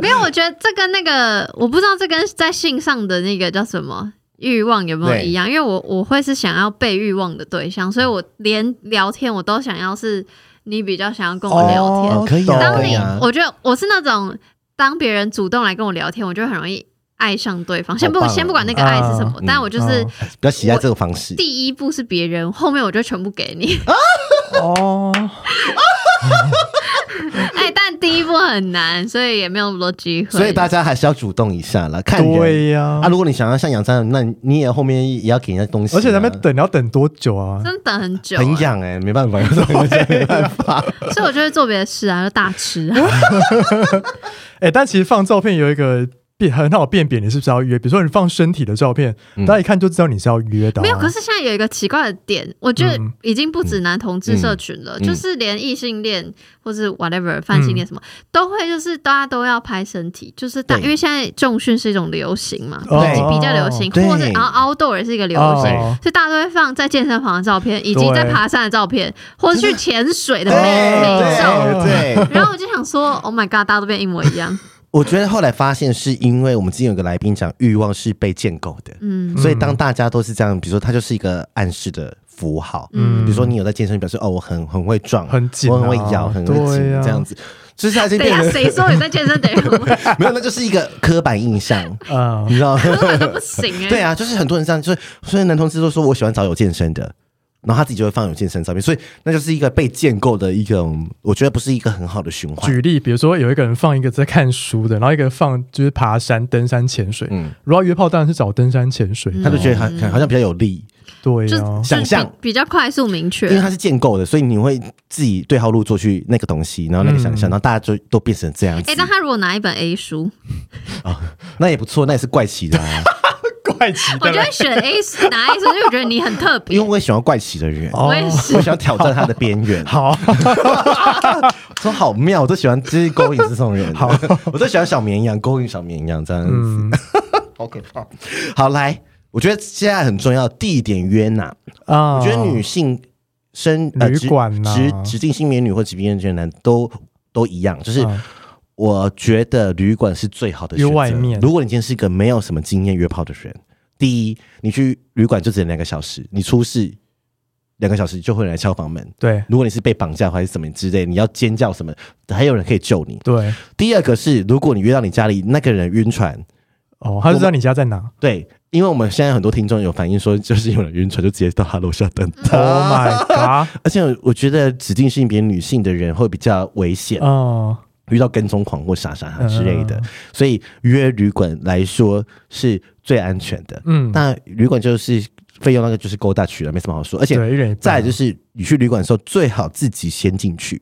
没有，我觉得这跟那个我不知道这跟在性上的那个叫什么欲望有没有对一样，因为我我会是想要被欲望的对象，所以我连聊天我都想要是你比较想要跟我聊天。哦可以啊当你、对啊我觉得我是那种当别人主动来跟我聊天，我就很容易爱上对方。先不、好棒哦先不管那个爱是什么，嗯但我就是嗯比较喜爱这个方式。 第一步是别人，后面我就全部给你。哦，哎、但第一步很难，所以也没有那么多机会。所以大家还是要主动一下啦，看人。对呀啊，，如果你想要像杨章，那你也后面也要给人家东西啊、而且咱们等要等多久啊？真的等很久、很痒欸哎、没办 法，没办 法。所以我就会做别的事啊，就大吃 啊。哎、但其实放照片有一个辨很好辨别你是不是要约，比如说你放身体的照片，大家一看就知道你是要约的、啊。嗯没有，可是现在有一个奇怪的点，我觉得嗯已经不止男同志社群了，嗯嗯嗯就是连异性恋或是 whatever 泛性恋什么、都会，就是大家都要拍身体，就是大对因为现在重训是一种流行嘛，哦对比较流行，对或者然后 outdoor 也是一个流行。哦所以大家都会放在健身房的照片，以及对在爬山的照片，或者去潜水的对美美照。对对，然后我就想说，Oh my god，大家都变一模一样。我觉得后来发现是因为我们之前有个来宾讲，欲望是被建构的，嗯所以当大家都是这样，比如说它就是一个暗示的符号，嗯比如说你有在健身，表示哦我很很会撞，很紧啊我很会摇，很会紧对啊这样子，就是它已经等一变成下，啊谁说你在健身的人 没有，那就是一个刻板印象，啊、你知道吗？根本就不行哎、对啊，就是很多人这样，就是所以男同志都说我喜欢找有健身的，然后他自己就会放有健身照片，所以那就是一个被建构的一个，我觉得不是一个很好的循嗯环。举例，比如说有一个人放一个在看书的，然后一个放就是爬山、登山、潜水。嗯，如果要约炮，当然是找登山、潜水。他就觉得好像好像比较有利，对嗯就啊就，想象比比较快速明确因为。它是建构的，所以你会自己对号入座去那个东西，然后那个想象，然后大家就都变成这样子哎，，但他如果拿一本 A 书，那也不错，那也是怪奇的啊，怪奇我就会选 A 书拿 A 书，因为我觉得你很特别因为。我也喜欢怪奇的人。我也是我，哦喜欢挑战他的边缘，好，说好妙，我都喜欢就是勾引这种人。好，我都喜欢小绵羊，勾引小绵羊这样子。嗯，好可怕。 好，来，我觉得现在很重要，地点约哪？啊，我觉得女性生呃旅直馆啊直直进性别女或直进性男都都一样，就是啊我觉得旅馆是最好的选约择。外面如果你今天是一个没有什么经验约炮的人，第一，你去旅馆就只能两个小时，你出事两个小时就会有人来敲房门。对如果你是被绑架还是怎么之类，你要尖叫什么，还有人可以救你。对第二个是，如果你约到你家里那个人晕船，哦，他就知道你家在哪。对，因为我们现在很多听众有反映说，就是有人晕船就直接到他楼下等他， Oh my god！而且我觉得指定性别女性的人会比较危险，哦，遇到跟踪狂或傻傻嗯之类的，所以约旅馆来说是最安全的。嗯，那旅馆就是费用那个就是勾大去了，没什么好说，而且对，一人一半。再来就是你去旅馆的时候最好自己先进去。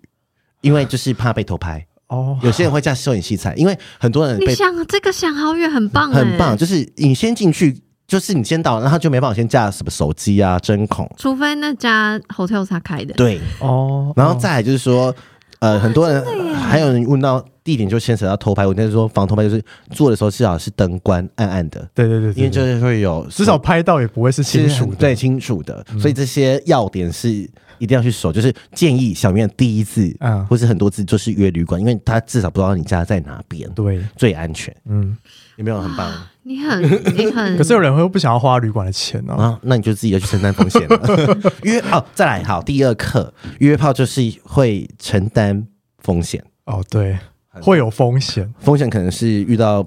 因为就是怕被偷拍，哦，有些人会这样收你器材，因为很多人你被想这个想好远，很棒，欸很棒，。就是你先进去，就是你先到，然后就没办法先架什么手机啊、针孔，除非那家 hotel 是他开的，对，哦，然后再来就是说，呃，很多人还有人问到地点就牵扯到偷拍，我那时候防偷拍就是做的时候至少是灯关暗暗的，对对对，对因为就是会有嗯至少拍到也不会是清是楚很的。嗯对，清楚的，所以这些要点是一定要去守，就是建议小面第一次。嗯，或是很多次就是约旅馆，因为他至少不知道你家在哪边，对，最安全，嗯。有没有很棒你很你很， 可是有人会不想要花旅馆的钱呢？嗯啊？那你就自己要去承担风险 了。约哦，再来好，第二课约炮就是会承担风险，哦，对，会有风险，风险可能是遇到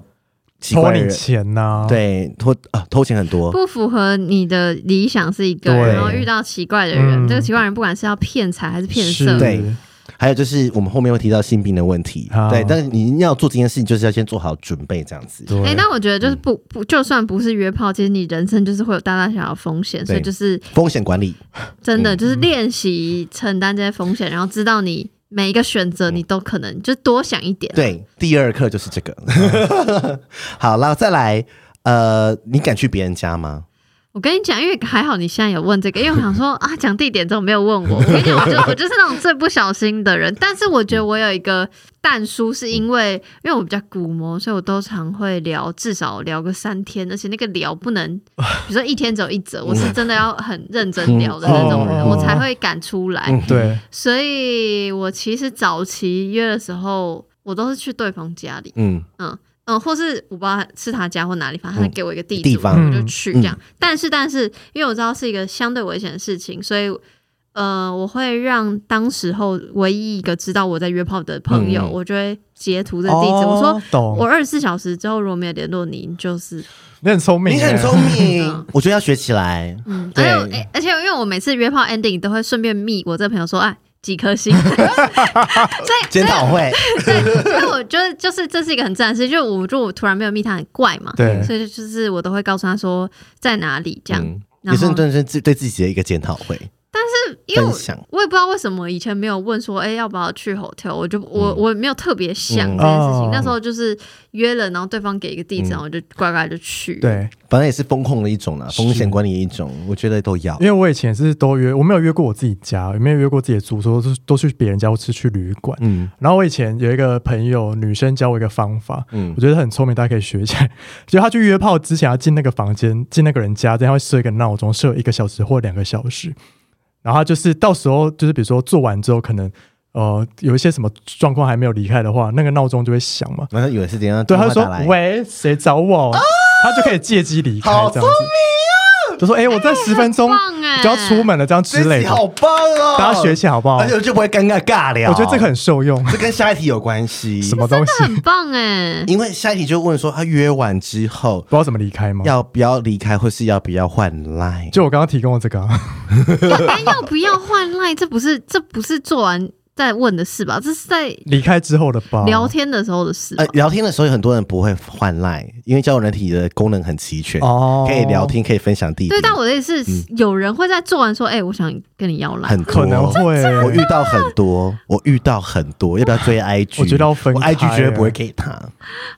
奇偷怪的你人，钱呐。对，偷啊偷钱很多，不符合你的理想是一个，对然后遇到奇怪的人，嗯这个奇怪的人不管是要骗财还是骗是色，对还有就是我们后面会提到性病的问题好，对，但是你要做这件事情，就是要先做好准备，这样子。对哎、但我觉得嗯就是不不，就算不是约炮，其实你人生就是会有大大小小的风险，所以对就是风险管理，真嗯的就是练习承担这些风险，然后知道你每一个选择你都可能就多想一点。，对，第二课就是这个。 好了，再来，呃，你敢去别人家吗？我跟你讲，因为还好你现在有问这个，因为我想说啊，讲地点之后没有问我，我跟你讲，我就我就是那种最不小心的人，但是我觉得我有一个淡叔，是因为因为我比较古魔，所以我都常会聊，至少聊个三天，而且那个聊不能，比如说一天只有一则，我是真的要很认真聊的那种人，嗯我才会敢出来。嗯对，所以我其实早期约的时候，我都是去对方家里，嗯，嗯嗯，或是我不知道是他家或哪里，反正他给我一个地址地方嗯我就去这样。但是但是，因为我知道是一个相对危险的事情，所以呃，我会让当时候唯一一个知道我在约炮的朋友，嗯哦我就会截图这个地址。我说我懂，二十四小时之后如果没有联络你，你就是你很聪明欸你耶，很聪明嗯，我觉得要学起来。嗯，而对且我诶而且因为我每次约炮 ending 都会顺便密我这个朋友说，哎，几颗星， 所以检讨会，所以我觉得就是这是一个很自然的事，就我就我突然没有密他很怪嘛，对所以就是我都会告诉他说在哪里这样，嗯，然也是后真的是自对自己的一个检讨会，因为分我享。我也不知道为什么以前没有问说，哎、要不要去 hotel？我就我、我没有特别想嗯这件事情，哦那时候就是约了，然后对方给一个地址，嗯然后我就乖乖就去。，对，反正也是风控的一种啦，是风险管理的一种，我觉得都要因。为我以前是都约，我没有约过我自己家，也没有约过自己的住所，都是都去别人家，或是去旅馆。嗯然后我以前有一个朋友，女生教我一个方法，嗯我，觉得很聪明，大家可以学起来。 就她去约炮之前，她啊进那个房间，进那个人家，这样会设一个闹钟，设一个小时或两个小时。然后她就是到时候，就是比如说做完之后，可能呃有一些什么状况还没有离开的话，那个闹钟就会响嘛。然后有一次等一下对，电他就话说打来，喂，谁找我？他就可以借机离开，啊好啊这样子。就说哎、我在十分钟棒哎就要出门了，这样之类这集的，好棒哦，大家学起来好不好？而且我就不会尴尬尬聊。我觉得这个很受用，这跟下一题有关系，什么东西很棒 哎、因为下一题就问说，他约完之后不知道怎么离开吗？要不要离开，或是要不要换 line？就我刚刚提供的这个啊、 哎、要不要换赖？这不是这不是做完再问的事吧？这是在离开之后的吧，聊天的时候的事吧呃，聊天的时候有很多人不会换 line，因为交友软体的功能很齐全，哦，可以聊，天，可以分享地对，点，但我的意思是，有人会在做完说，哎、我想跟你要赖。很多可能会， 我遇到很 多，我遇到很多，要不要追 IG？我觉得要分我开 IG 绝对不会给他，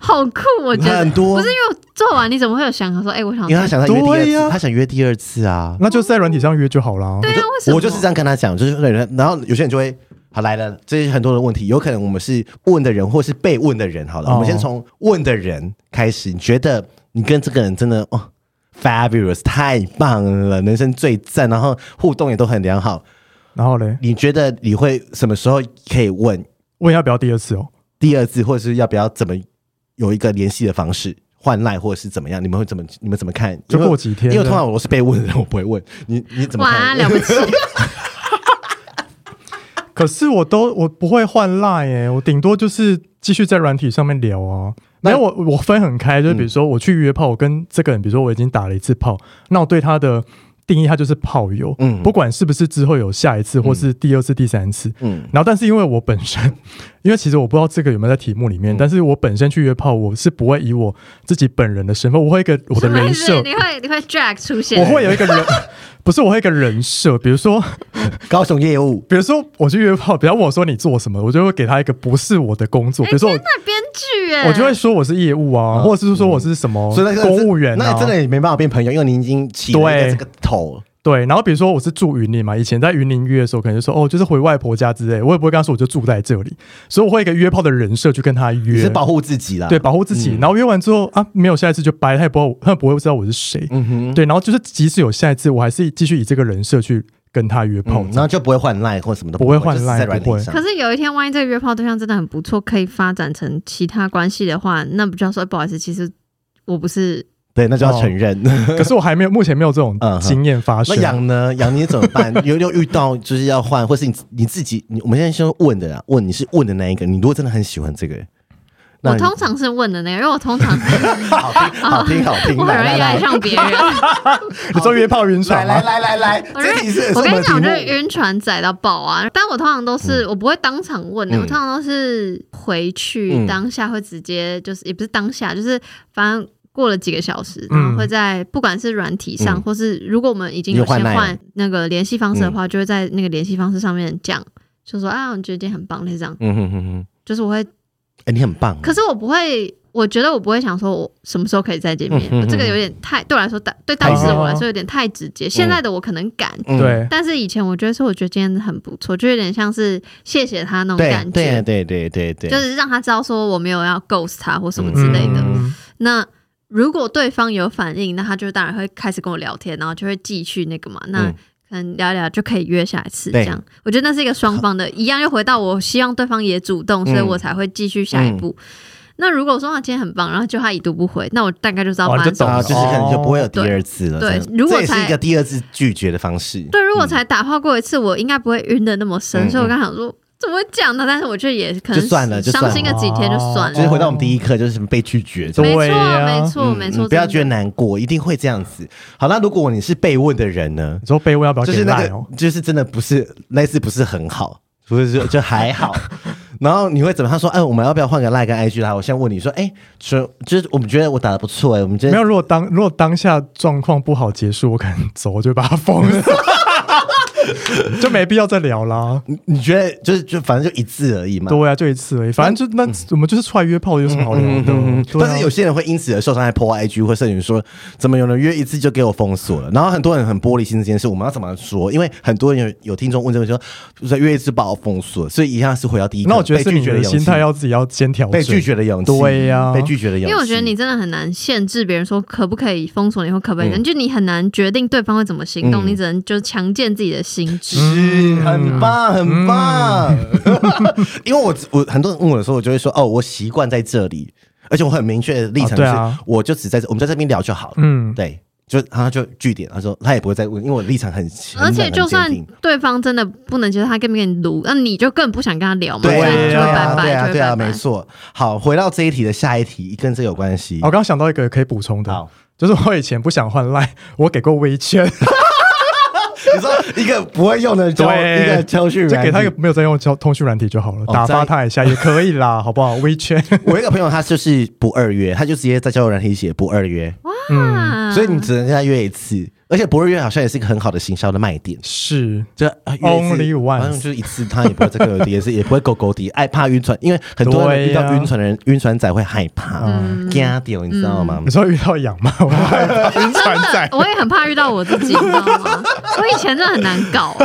好酷，我觉得很多不是因为我做完你怎么会有想法说，哎、我想因为他想他约第对啊二次，呀他想约第二次啊。那就在软体上约就好了。对啊，为什么我就是这样跟他讲，就是那人，然后有些人就会好来了，这些很多的问题，有可能我们是问的人，或是被问的人。好了，哦我们先从问的人开始。你觉得你跟这个人真的哦，fabulous，太棒了，人生最赞，然后互动也都很良好。然后嘞，你觉得你会什么时候可以问问要不要第二次哦？第二次，或者是要不要怎么有一个联系的方式，换赖或者是怎么样？你们会怎么你们怎么看？就因为过几天啊因为通常我是被问的人，我不会问你，你怎么 哇看？了不起，可是我都我不会换 line 哎、我顶多就是继续在软体上面聊啊。没那嗯有我我分很开，就是比如说我去约炮，我跟这个人，比如说我已经打了一次炮，那我对他的定义，他就是炮友，嗯不管是不是之后有下一次或是第二次、第三次。嗯，然后，但是因为我本身， 因为其实我不知道这个有没有在题目里面，嗯但是我本身去约炮，我是不会以我自己本人的身份，我会一个我的什么意人思？设， 你会你会 drag 出现？我会有一个人， 不是我会有一个人设，比如说高雄业务。比如说我去约炮，比方问我说你做什么，我就会给他一个不是我的工作，哎比如说我、那编剧哎，我就会说我是业务啊，或者是说我是什么所以那个公务员那啊，真的也没办法变朋友，因为你已经起了一个对这个头，对。然后比如说我是住云林嘛，以前在云林约的时候，可能就说哦，就是回外婆家之类，我也不会跟他说我就住在这里，所以我会有一个约炮的人设去跟他你约是，保护自己啦。对，，保护自嗯己。然后约完之后啊，没有下一次就掰，他也不知道我他也不会知道我是谁，嗯哼，对。然后就是即使有下一次，我还是继续以这个人设去跟他约炮嗯，然后就不会换赖或什么都不会换就是 line，在软体不会上可是有一天，万一这个约炮对象真的很不错，可以发展成其他关系的话，那不就要说哎不好意思，其实我不是对，那就要哦承 认。可是我还没有，目前没有这种嗯嗯哼经验发那生。养呢？养你怎么 办？有有遇到就是要换，或是你你自己，你我们现在先问的啦，问你是问的那一个。你如果真的很喜欢这个，那我你通常是问的那个，因为我 通常好听好听好听，我很来容来易爱来上别人。你说约炮晕来船吗来？来来来，我就这题是我欸什跟么你讲，题我目就是？晕船仔到爆啊！但我通常都是，我不会当场问的，嗯我通常都是回去嗯当下会直接，就是也不是当下，就是反正。过了几个小时，嗯然后会在不管是软体上，嗯或是如果我们已经有你换嗯先 line 换那个联系方式的话，就会在那个联系方式上面讲，就说啊，我觉得今天很棒，类似这样。嗯哼哼哼，就是我会，哎，你很棒。可是我不会，我觉得我不会想说我什么时候可以再见面，嗯嗯嗯这个有点太对我来说，大对当时的我来说有点太直接。现在的我可能敢，嗯对，但是以前我觉得说，我觉得今天很不错，就有点像是谢谢他那种对感对觉，对对对对，就是让他知道说我没有要 ghost 他或什么之类的。嗯那如果对方有反应，那他就当然会开始跟我聊天，然后就会继续那个嘛。那嗯可能聊一聊就可以约下一次，对这样我觉得那是一个双方的，一样又回到我希望对方也主动，所以嗯我才会继续下一步。那如果说他今天很棒，然后就他已读不回，那我大概就知道哦发你就生什懂么啊，了事就是可能就不会有第二次了。对这样对如果这也是才一个第二次拒绝的方式。对，如果才打炮过一次，我应该不会晕的那么深，嗯所以我刚想说怎么会讲呢？但是我觉得也可能就算了就算伤了心个几天就算就是了。回到我们第一课，就是被拒绝。对没错，呀没错，嗯没嗯错。不要觉得真的难过，一定会这样子。好，那如果你是被问的人呢？你说被问要不要就给是那赖个哦？，就是真的不是类似不是很好，不是就就还好。 然后你会怎么？他说：“哎，我们要不要换个赖跟 IG 啦？”我现在问你说：“哎，说就是我们觉得我打的不错哎，我们觉没得有，如果当如果当下状况不好结束，我可能走，我就把他封 了，就没必要再聊啦。你你觉得就是就反正就一次而已嘛。”对啊，就一次而已，反正就嗯那我们就是出来约炮，有什么好聊的？对啊但是有些人会因此而受伤，还破 IG 或社群说，怎么有人约一次就给我封锁了？然后很多人很玻璃心这件事，我们要怎么说？因为很多人有有听众问这个说，就是约一次把我封锁，所以一样是回到第一个，那我觉得被是你拒绝的的心态勇气要自己要先调整，被拒绝的勇气，对呀被拒绝的勇气。因为我觉得你真的很难限制别人说可不可以封锁你或可不可以，嗯就你很难决定对方会怎么行动，嗯你只能就是强健自己的心智。是很棒，很棒。嗯 因为我我很多人问我的时候，我就会说哦，我习惯在这里，而且我很明确的立哦场是，对啊我就只在这，我们在这边聊就好了。嗯，对，就他就据点，他说他也不会再问，因为我立场很，很而且冷就很算坚定对方真的不能接受，他跟不跟你撸，那你就更不想跟他聊嘛，所以对就啊对会啊对啊拜拜，对就会啊，拜没拜。错。好，回到这一题的下一题，跟这有关系。我刚刚想到一个可以补充的，好，就是我以前不想换赖，我给过微圈， 你说一个不会用的教对一个教训就软给他一体个没有在用交通讯软体就好了，哦打发在他一下也可以啦，好不好？微圈， 我有一个朋友，他就是不二约，他就直接在交友软体写不二约，嗯，所以你只能跟他约一次。而且不二约好像也是一个很好的行销的卖点，是，就啊约一次 Only once 反正就是一次，他也不会再跟有敌，也是也不会勾勾敌，爱怕晕船，因为很多人对遇到呀晕船的人，晕船仔会害怕，嗯惊掉，你知道吗嗯你？说遇到痒吗？ 我害怕晕船仔 真的，我也很怕遇到我自己，你知道吗？我以前真的很难搞，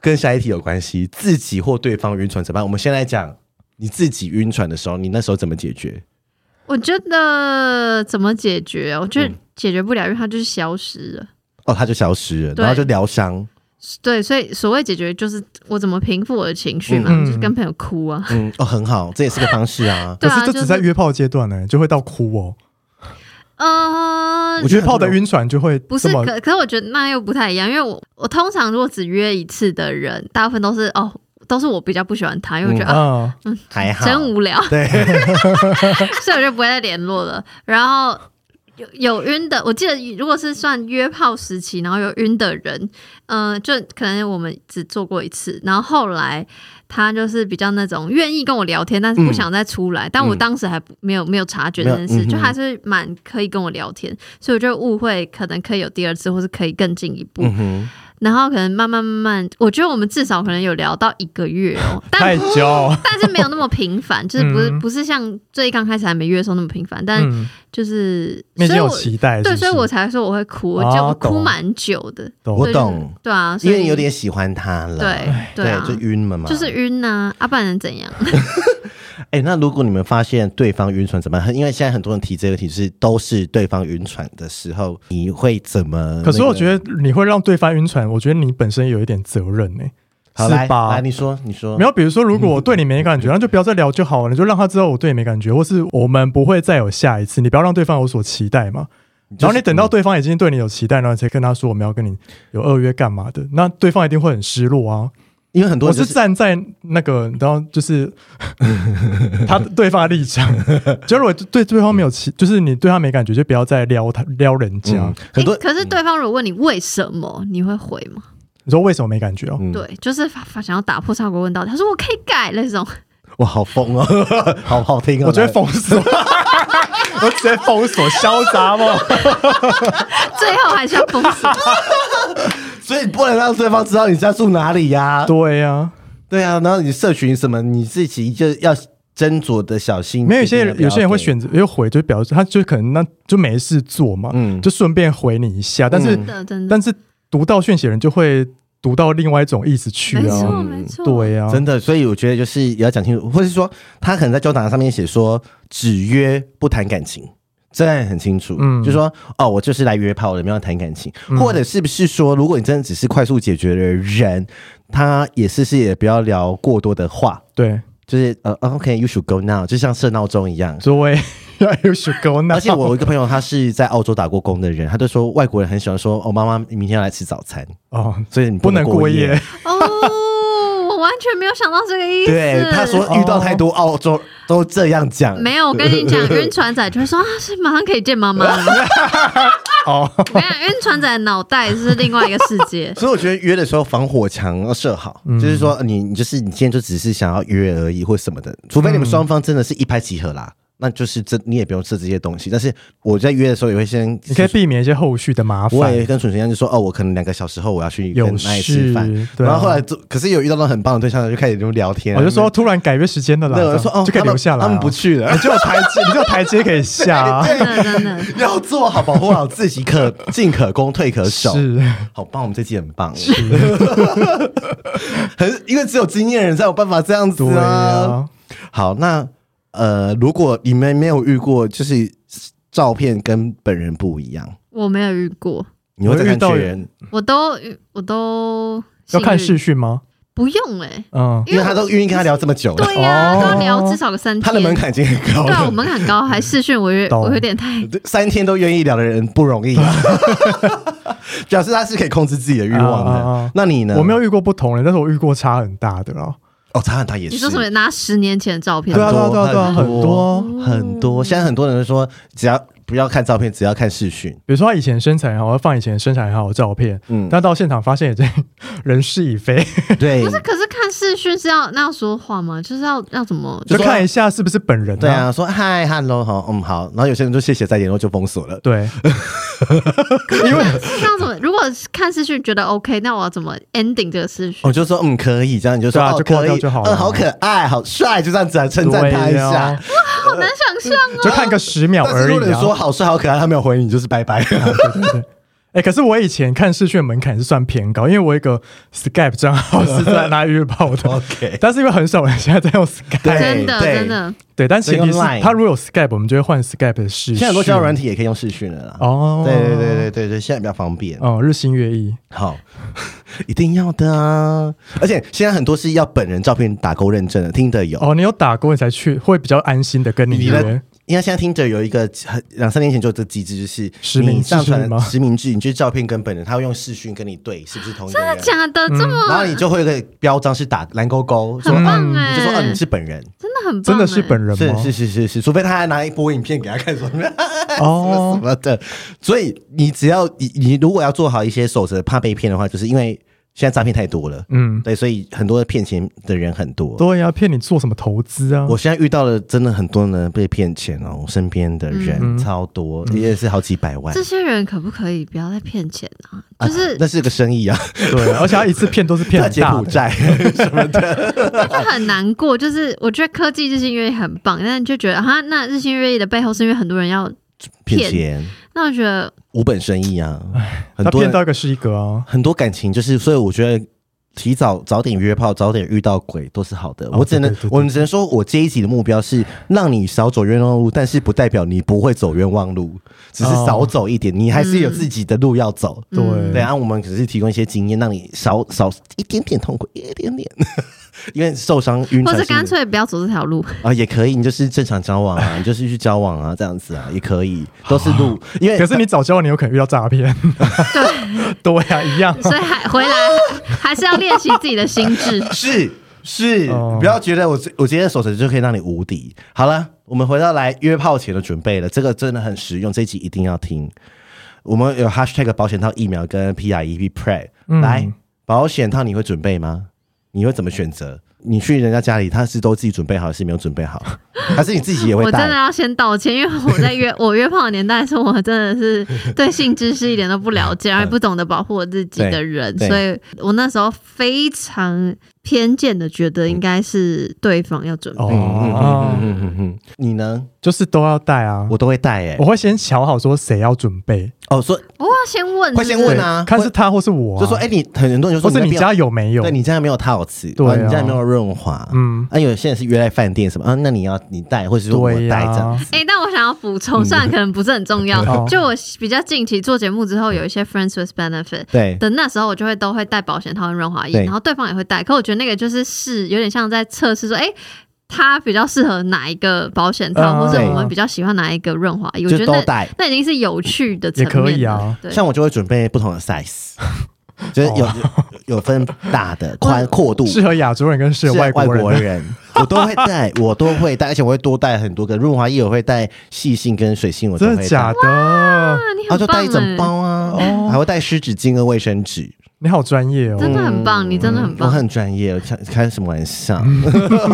跟下一题有关系，自己或对方晕船怎么办？我们先来讲你自己晕船的时候，你那时候怎么解决？我觉得怎么解决？啊我嗯觉得解决不了，因为它就是消失了。哦，他就消失了，对然后就疗伤，对，所以所谓解决就是我怎么平复我的情绪嘛，嗯就是跟朋友哭啊。嗯，哦，很好，这也是个方式 。啊对可啊是这就只是在约炮阶段呢，就会到哭哦。嗯、我觉约得炮的晕船就会不这是，么可可是我觉得那又不太一样，因为我我通常如果只约一次的人，大部分都是哦，都是我比较不喜欢他，因为我觉得、啊 啊，还好，真无聊，对，所以我就不会再联络了。然后有有晕的，我记得如果是算约炮时期，然后有晕的人，嗯、就可能我们只做过一次，然后后来他就是比较那种愿意跟我聊天，但是不想再出来。但我当时还不没有没有察觉这嗯没件有事，嗯哼就还是蛮可以跟我聊天，所以我就误会可能可以有第二次，或是可以更进一步。嗯哼，然后可能慢慢慢慢，我觉得我们至少可能有聊到一个月哦，但太 久，但是没有那么频繁，就是不是嗯不是像最刚开始还没约的时候那么频繁，但嗯，就是、你已经所以有我期待是不对，是，所以我才说我会哭，我哦就懂哭蛮久的，懂我对懂，对啊，所因以为有点喜欢他了，对对啊，就晕了嘛。就是晕呐、啊，不然能怎样？哎、那如果你们发现对方晕船怎么办？因为现在很多人提这个题是都是对方晕船的时候，你会怎么、可是我觉得，得你会让对方晕船，我觉得你本身有一点责任呢、好是来吧来，？你嗯说，你说，没有，比如说，如果我对你没感觉，那就不要再聊就好了，你就让他知道我对你没感觉，或是我们不会再有下一次，你不要让对方有所期待嘛。就是嗯然后你等到对方已经对你有期待，然后你才跟他说我们要跟你有二约干嘛的，那对方一定会很失落啊。因为很多我人、就是是站在那个，然后就是 他对方的立场，就如果对对方没有期，就是你对他没感觉，就不要再撩他撩人家。嗯很多诶 可是对方如果问你为什么，你会回吗？你说为什么没感觉哦？嗯对，就是发发想要打破砂锅问到底，他说我可以改那种， 哇，好疯哦，好好听哦， 我觉得来封 锁，我直接封锁，哦潇洒吗？最后还是要封锁。所以不能让对方知道你家住哪里呀、对呀、对啊，然后你社群什么，你自己就要斟酌的小心。没有有些人决定有要不要些人会给选择又回，就表示他就可能那就没事做嘛，嗯就顺便回你一下。但是、真的真的，但是读到讯息的人就会读到另外一种意思去没啊，嗯错没错，对呀、真的，所以我觉得就是也要讲清楚，或是说他可能在交友档上面写说只约不谈感情，这样很清楚，嗯嗯，就说哦，我就是来约炮的，没有谈感情，或者是不是说，如果你真的只是快速解决的人，他也是是也不要聊过多的话，对，就是呃呃，OK，you、should go now，就像设闹钟一 样。诸位，You should go now。而且我有一个朋友，他是在澳洲打过工的人，他就说外国人很喜欢说：“哦，妈妈，你明天要来吃早餐，哦，所以你不能过过夜。哦，我完全没有想到这个意思。对，他说遇到太多澳洲都这样讲，。没有，我跟你 讲，晕船仔就会说啊，是马上可以见妈妈了。哦，我跟你讲，晕船仔的脑袋是另外一个世界 所以我觉得约的时候防火墙要设好，嗯就是说呃你你就是你今天就只是想要约而已或什么的，除非你们双方真的是一拍即合嗯啦，那就是这你也不用设这些东西。但是我在约的时候也会先，你可以避免一些后续的麻我也烦。跟蠢蠢一样，就说哦，我可能两个小时后我要去有跟那里吃饭事，对啊哦然后后来就可是有遇到到很棒的对象，就开始就聊天，我就说突然改约时间的啦，对，我这就样说哦，就可以他们留下来啊。他们不去了你。就有台阶，你就有 台阶可以下啊。真的真的，要做好保护好自己可，进可攻，退可守。是，好棒，我们这期很棒， 很因为只有经验人才有办法这样子对啊。啊，好，那呃，如果你们没有遇过，就是照片跟本人不一样，我没有遇过，你会再看我遇到确认，我都我都要看幸视运讯吗？不用哎、嗯，因为他都愿意跟他聊这么久了，对呀、哦都聊至少个三天，他的门槛已经很高对啊，我了。门槛高，还视讯我有懂我有点太对三天都愿意聊的人不容 易，表示他是可以控制自己的欲望的。啊啊啊那你呢？我没有遇过不同人，但是我遇过差很大的啦。哦，差很大也是。你说什么拿十年前的照片对啊，很对多啊，对啊，对啊，很很多多。很多，现在很多人说，只要不要看照片，只要看 视讯。比如说他以前身材很好，放以前身材很好的照片，嗯嗯，但到现场发现已经人事已非，对不，是，可是看视讯是要那要说话吗？就是要要怎么？ 就说看一下是不是本人、对，啊，说嗨，hello，好，嗯，好。然后有些人就谢谢再联络就封锁了。 对，因为是要怎么？如果是看视讯觉得 OK，那我要怎么 ending 这个视讯？我就说嗯可以，这样你就说对啊哦就挂可掉以，就好了嗯，好可爱，好帅，就这样子来啊称赞他一对下啊。好难想象哦。就看个十秒 但是而如已果你啊。说好帅好可爱，他没有回你，就是拜 拜。哎、可是我以前看视讯门槛是算偏高，因为我有一个 Skype 账号是在拿预报的， OK，但是因为很少人现在在用 Skype，对真的对真的，对，但前提所以是用 Line 他如果有 Skype，我们就会换 Skype 的视讯。现在很多交友软体也可以用视讯了啦。哦，对对对对对对，现在比较方便。哦，日新月异，好， 一定要的啊！而且现在很多是要本人照片打勾认证的，听的有。哦，你有打过你才去，会比较安心的跟你你的约。因为现在听着有一个很两三年前就有这机制，就是实名你制上传是吗实名制，你去照片跟本人，他会用视讯跟你对是不是同一个真人的，假的？这然后么你就会有一个标章是打蓝勾勾，说很啊嗯，棒你就说哦哎你，是本人，真的很棒，哎真的是本人是吗？是是是是，除非他还拿一波影片给他看说什么什哦，么的，所以你只要你你如果要做好一些守则，怕被骗的话，就是因为现在诈骗太多了，嗯，对，所以很多骗钱的人很多。对啊呀、骗你做什么投资啊？我现在遇到了真的很多人被骗钱哦，我身边的人嗯超多，也是好几百万这。些人可不可以不要再骗钱 啊？啊就是那是个生意啊，对，而且他一次骗都是 骗在很柬大埔的，寨 什么的，就很难过，就是我觉得科技日新月异很棒，但就觉得哈，那日新月异的背后是因为很多人要，骗钱那我觉得无本生意啊，很他多骗人到一个是一个啊。很多感情就是，所以我觉得。提早早点约炮，早点遇到鬼都是好的。哦我只能，对对对对我们只能说，我这一集的目标是让你少走冤枉路，但是不代表你不会走冤枉路，只是哦少走一点，你还是有嗯自己的路要走。对、嗯对啊，我们只是提供一些经验，让你少少一点点痛苦，一点点， 因为受伤晕或船者是干脆不要走这条路。啊也可以，你就是正常交往 啊，你就是去交往啊，这样子啊也可以，都是路，因为可是你早交往，你有可能遇到诈骗。 对，对呀、一样。所以还 回来还是要练习自己的心智。是是，哦你不要觉得我这我今天的手指就可以让你无敌。好了，我们回到来约炮前的准备了，这个真的很实用，这一集一定要听。我们有 hashtag 保险套疫苗跟 P R E P Pre，、嗯来保险套你会准备吗？你会怎么选择？你去人家家里，他是都自己准备好，还是没有准备 好，还是你自己也会我真的带？要先道歉，因为我在约 我约炮的年代的时候，我真的是对性知识一点都不了解，而且不懂得保护我自己的人，嗯对所以我那时候非常偏见的觉得应该是对方要准备。哦、嗯嗯嗯嗯嗯，你呢？就是都要带啊。我我都会带哎、会先瞧好说谁要准备，哦，说我要先问，会先问是啊对看是他或是我、啊，就说哎、你很多人就或说是你那边家有没有？对你家没有套瓷，对啊哦你家没有润滑，嗯嗯，啊，有些人是约在饭店什么，啊，那你要你带，或者是说我对带呀、这样，哎、但我想要补嗯充，虽然可能不是很重要，哦就我比较近期做节目之后，有一些 friends with benefit 啊对的那时候，我就会都会带保险套跟润滑液，对然后对方也会带，可我觉得那个就是试，有点像在测试说，哎、它比较适合哪一个保险套，嗯或者对我们比较喜欢哪一个润滑液，我就觉得都那带。那已经是有趣的层也可面以了啊。对，像我就会准备不同 的 size，就是有哦有有分大的宽阔度，适合亚洲人跟适合外啊国国人的， 我都会带，我都会带，而且我会多带很多个润滑液，我会带细性跟水性，我都真会的哦带假的？啊，你啊，很就棒带一整哎包啊，还会带湿纸巾跟卫生纸，你好专业真嗯哦。的很棒，你真的很我棒。很专业，我开开什么玩笑？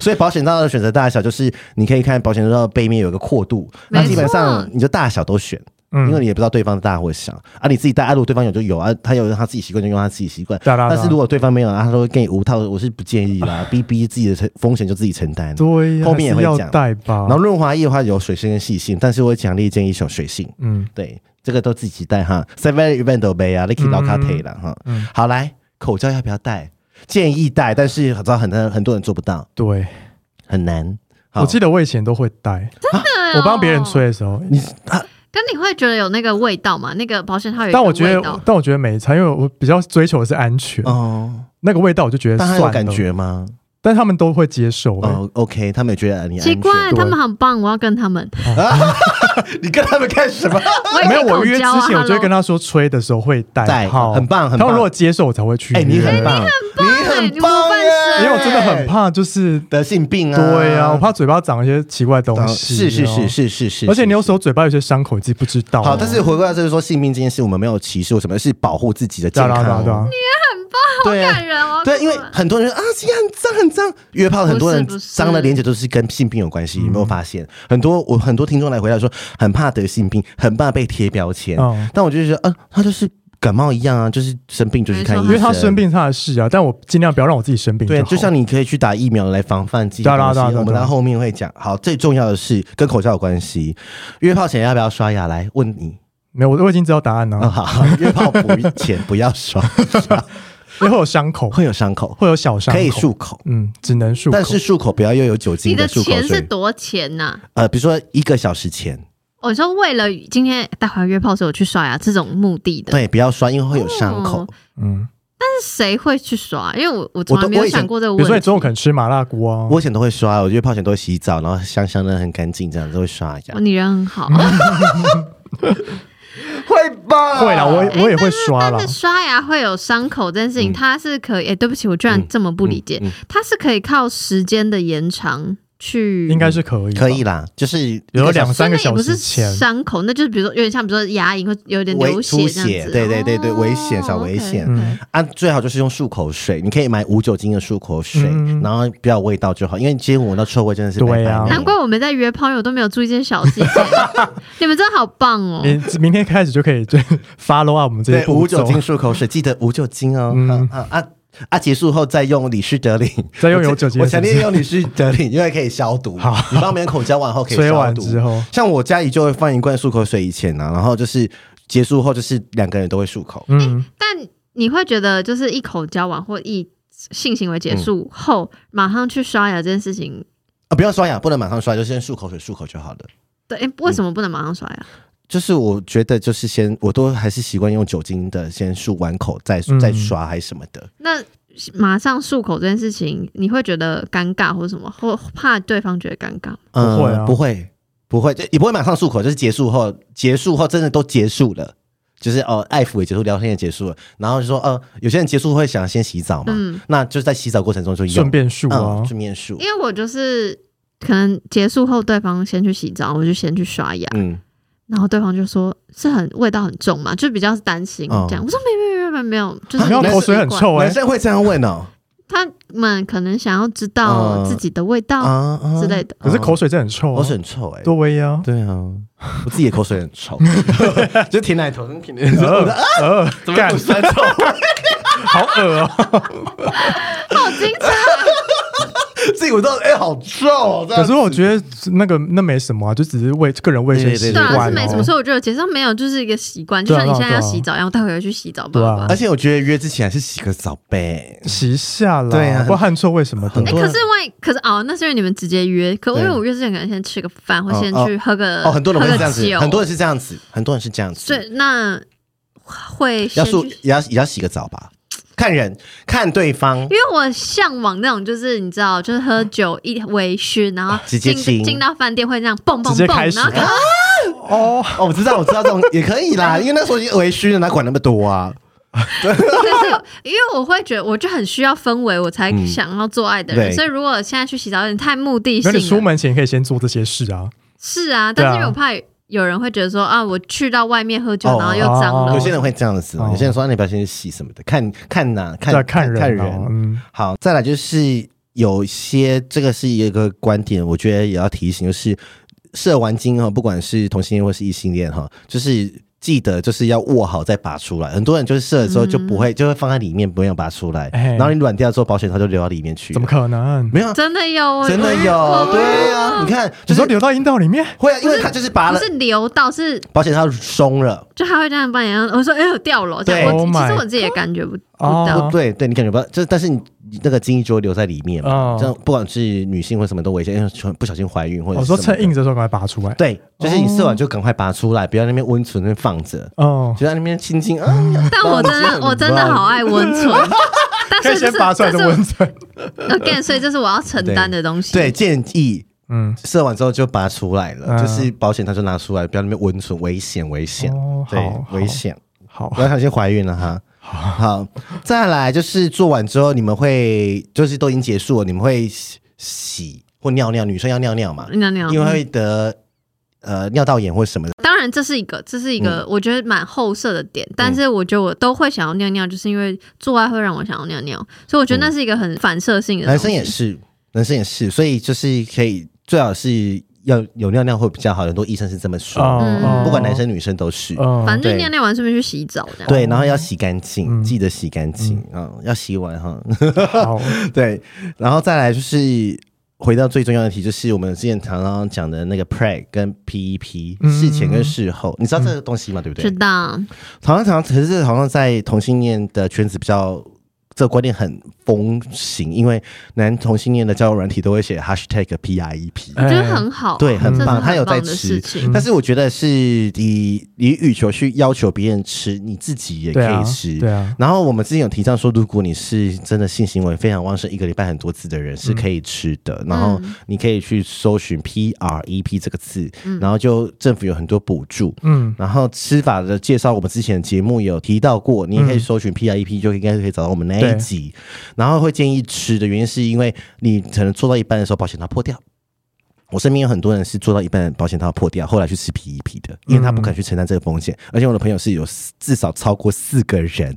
所以保险套的选择大小就是，你可以看保险套的背面有一个阔度，那没基本错上你就大小都选。因为嗯，你也不知道对方的大或小啊，你自己带，啊，如果对方有就有啊，他有他自己习惯就用他自己习惯。对啊对啊但是如果对方没有，啊他说给你无套，我是不建议 啦，逼逼自己的承风险就自己承担。对呀，啊后面也还是会要讲带吧然。后润滑液的话有水性跟细性，但是我强烈建议选水性，嗯，对，这个都自己带哈。Seven Event 都背啊，你可以到卡腿了哈。嗯好，来口罩要不要戴？建议戴，但是我知道很多很多人做不到，对，很难。好我记得我以前都会带，对哦我帮别人，吹的时候，你啊，跟你会觉得有那个味道嘛？那个保险套有一个但我觉味得道，但我觉得没差，因为我比较追求的是安全，哦，那个味道我就觉得但他算有了，感觉吗？但他们都会接受。欸哦，OK，他们也觉得你安奇全。怪，对他们很棒，我要跟他们。 你跟他们干什 么？我也没有，可以我口约之交啊前我就会跟 hello 他说吹的时候会带带套，很棒很棒他们如果接受我才会去约，哎、你很棒，哎你你很模棒范耶！生因为我真的很怕就是得性病啊，对呀、我怕嘴巴长一些奇怪的东嗯西、啊是是是。是是是，而且你有是时候嘴巴有些伤口，你自己不知道哦、好，但是回归到就是说性病这件事，我们没有歧视或什么，是保护自己的对健啊对啊康。对啊，对啊看人哦，对，因为很多人说啊，这样很脏很脏，约炮很多人不是不是脏的连接都是跟性病有关系，有没有发现？很多我很多听众来回答说，很怕得性病，很怕被贴标签。嗯但我就是说，嗯、他就是感冒一样啊，就是生病就去没看医错生，因为他生病是他的事啊，但我尽量不要让我自己生病对，好。就像你可以去打疫苗来防范这些对啊对啊对啊东西对啊我们对啊到后面会讲。好，最重要的是跟口罩有关系。约炮前要不要刷牙？来问你没有，我我已经知道答案了、啊、好， 约炮不前不要刷，因为会有伤口，会有伤口，会有小伤口，可以漱口，嗯，只能漱口。但是漱口不要又有酒你精的漱口钱是水。多钱呐？呃，比如说一个小时前，我哦说为了今天带回来约炮的时候去刷牙这种目的的，对，不要刷，因为会有伤口。哦嗯，但是谁会去刷？因为我我从我都来没有我以前想过这个比如问说你题。中午可能吃麻辣锅啊，我以前都会刷，我约炮前都会洗澡，然后香香的很干净，这样子会刷牙哦，你人很好，嗯哦会吧会啦，我我哎也会刷啦但是。刷牙会有伤口这件事情，它是可以。哎，对不起，我居然这么不理解嗯嗯嗯，它是可以靠时间的延长去，应该是可以，可以，啦，就是比如说一个小时两三个小时所以那也前不是，伤口，那就是比如说有点像，比如说牙龈会有点微流出这样血子，对对对对哦危险小危险 OK，OK 嗯啊，最好就是用漱口水，你可以买无酒精的漱口水，嗯然后不要有味道就好，因为今天闻到臭味真的是对啊呀、难怪我没在约炮，因为我都没有注意这些小细 节。你们真的好棒哦！明明天开始就可以就 follow up 我们这些对步无酒骤，精漱口水，记得无酒精哦。嗯啊啊啊啊！结束后再用李氏德林，再用有酒精的我强是烈不是用李氏德林，因为可以消毒。好，你帮别人口交完后可以吹消完毒。之后，像我家里就会放一罐漱口水，以前啊，然后就是结束后就是两个人都会漱口。嗯，但你会觉得，就是一口交往或一性行为结嗯束后，马上去刷牙这件事情，啊，不要刷牙，不能马上刷，就先漱口水漱口就好了。对，诶为什么不能马上刷牙？嗯就是我觉得，就是先，我都还是习惯用酒精的，先漱完口再嗯再刷还是什么的。那马上漱口这件事情，你会觉得尴尬或什么，或怕对方觉得尴尬？不会啊嗯不会，不会，就也不会马上漱口，就是结束后，结束后真的都结束了，就是哦，爱抚也结束，聊天也结束了，然后就说，呃，有些人结束会想先洗澡嘛，嗯那就是在洗澡过程中就用顺便漱啊嗯，顺便漱因，为我就是可能结束后，对方先去洗澡，我就先去刷牙，嗯，然后对方就说是很味道很重嘛，就比较担心哦这样。我说没没没没没有，就是没有我口水很习惯臭哎男，生会这样问哦，他们可能想要知嗯道自己的味道、啊啊之类哦的。可是口水真的很臭啊，口水很臭哎、多威啊，对啊，我自己的口水很 臭，就舔奶头，舔奶头，我的呃啊呃，怎么有干口，水臭？好恶哦， 好精彩！自己闻到，哎、好臭哦！可是我觉得那个那没什么啊，就只是卫个人卫生习对对惯啊，哦，是没什么，所以我觉得其实没有就是一个习惯，就对啊像你现对啊在要对啊洗澡一样，我待会儿要去洗澡吧。对啊吧而且我觉得约之前还是洗个澡呗。洗一下啦，对啊不知道汗臭为什么的很哎、多可是万一，可是哦，那是因为你们直接约，可因为我约之前可能先吃个饭，或哦先去喝个哦，很多人会喝这样个子，酒，很多人是这样子，很多人是这样所子，以那会要先漱去也要也要洗个澡吧，看人，看对方因。为我向往那种，就是你知道，就是喝酒一微醺，然后直接进亲进到饭店会那样蹦蹦直接蹦，开始然后啊哦，哦，我知道，我知道这种也可以啦，因为那时候已经微醺了，哪管那么多啊？就是 因为我会觉得，我就很需要氛围，我才想要做爱的人。嗯对所以如果现在去洗澡，有点太目的那性你出了。门前可以先做这些事啊。是啊，对啊但是因为我怕有人会觉得说啊，我去到外面喝酒，哦然后又脏哦了。有些人会这样子，哦有些人说啊你不要先去洗什么的，看看哪看对啊，看人啊，看人。嗯，好，再来就是有些这个是一个观点，我觉得也要提醒，就是射完精哈，不管是同性恋或是异性恋哈，就是记得就是要握好再拔出来。很多人就是射了之后就不会，就会放在里面，不会拔出来，哎然后你软掉之后，保险套就留到里面去怎。么可能？没有啊，真的有，我真的有，对啊，你看，你就是说流到阴道里面？会啊，因为他就是拔不了是流到是，保险套松了，就他会这样帮你，我说哎呦掉了，这对样 Oh 我 my 其实我自己也感觉不不哦到啊。对对，你感觉不到，就是但是你你那个精液就会留在里面嘛哦，这样不管是女性或什么都危险，因为不小心怀孕或者我是哦说什么趁硬着的时候赶快拔出来。，对，就是你射完就赶快拔出来，不要在那边温存那边放着，哦，就在那边轻轻啊。嗯但我真哇你很的我真的好爱温存，但可以是就先是拔出来但再是温存。 again，所以这是我要承担的东西。对，建议嗯，射完之后就拔出来了，嗯就是保险套就拿出来，不要在那边温存，危险危险，哦对好，好危险，好不，要小心怀孕了 哈。好，再来就是做完之后，你们会就是都已经结束了，你们会洗洗或尿尿，女生要尿尿嗯嘛，尿尿，因为会得呃尿道炎或什么的。当然这是一个，这是一个我觉得蛮后设的点，但是我觉得我都会想要尿尿，就是因为做爱会让我想要尿尿，所以我觉得那是一个很反射性的。男生也，是，男生也是，所以就是可以最好是要有尿尿会比较好，很多医生是这么说，嗯不管男，生女生都是。哦反正对就尿尿完顺便去洗澡这样。对，然后要洗干净，嗯记得洗干净，嗯，要洗完哈。 好，对，然后再来就是回到最重要的题，就是我们之前常常讲的那个 pre 跟 PEP，嗯事前跟事后，你知道这个东西吗？对不知对？道，常常可是好像在同性恋的圈子比较。这个观念很风行，因为男同性恋的交友软体都会写 hashtag PIEP，我哎觉得很好，啊对很这是棒他有在棒的吃嗯事情。但是我觉得是你，你羽球去要求别人吃，你自己也可对啊以吃。对啊，然后我们之前有提倡说，如果你是真的性行为非常旺盛，一个礼拜很多次的人嗯是可以吃的。然后你可以去搜寻 P R E P 这个字，然后就政府有很多补助。嗯，然后吃法的介绍，我们之前的节目也有提到过，你也可嗯以搜寻 P I E P，就应该可以找到我们那一集。然后会建议吃的原因是因为你可能做到一半的时候，保险套破掉。我身边有很多人是做到一半保险套破掉，后来去吃 P E P 的，因为他不肯去承担这个风险。嗯而且我的朋友是有四至少超过四个人，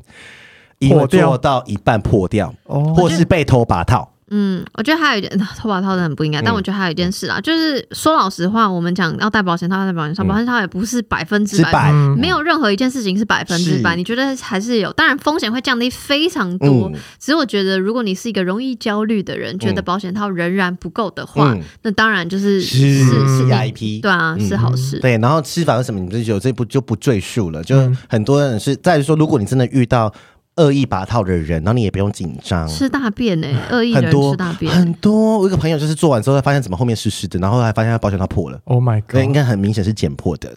因为破掉做到一半破掉，哦，或是被偷把套。嗯，我觉得还有一件头发套的很不应嗯该，但我觉得还有一件事啊，就是说老实话，我们讲要戴保险套，戴保险套，保险套也不是百分之之嗯百百，嗯没有任何一件事情是百分之百。是你觉得还是有？当然风险会降低非常多，嗯只是我觉得如果你是一个容易焦虑的人，觉得保险套仍然不够的话，嗯那当然就是是嗯是 P I E P，对啊，嗯是嗯好事。对，然后吃法是什么，你们就有这不就不赘述了。就很多人是在说，如果你真的遇到恶意拔套的人，然后你也不用紧张。吃大便呢、欸恶意的很人多吃大便，很多，我有一个朋友就是做完之后，才发现怎么后面湿湿的，然后还发现他保险套破了， ，Oh my 那应哦 god，该很明显是剪破的，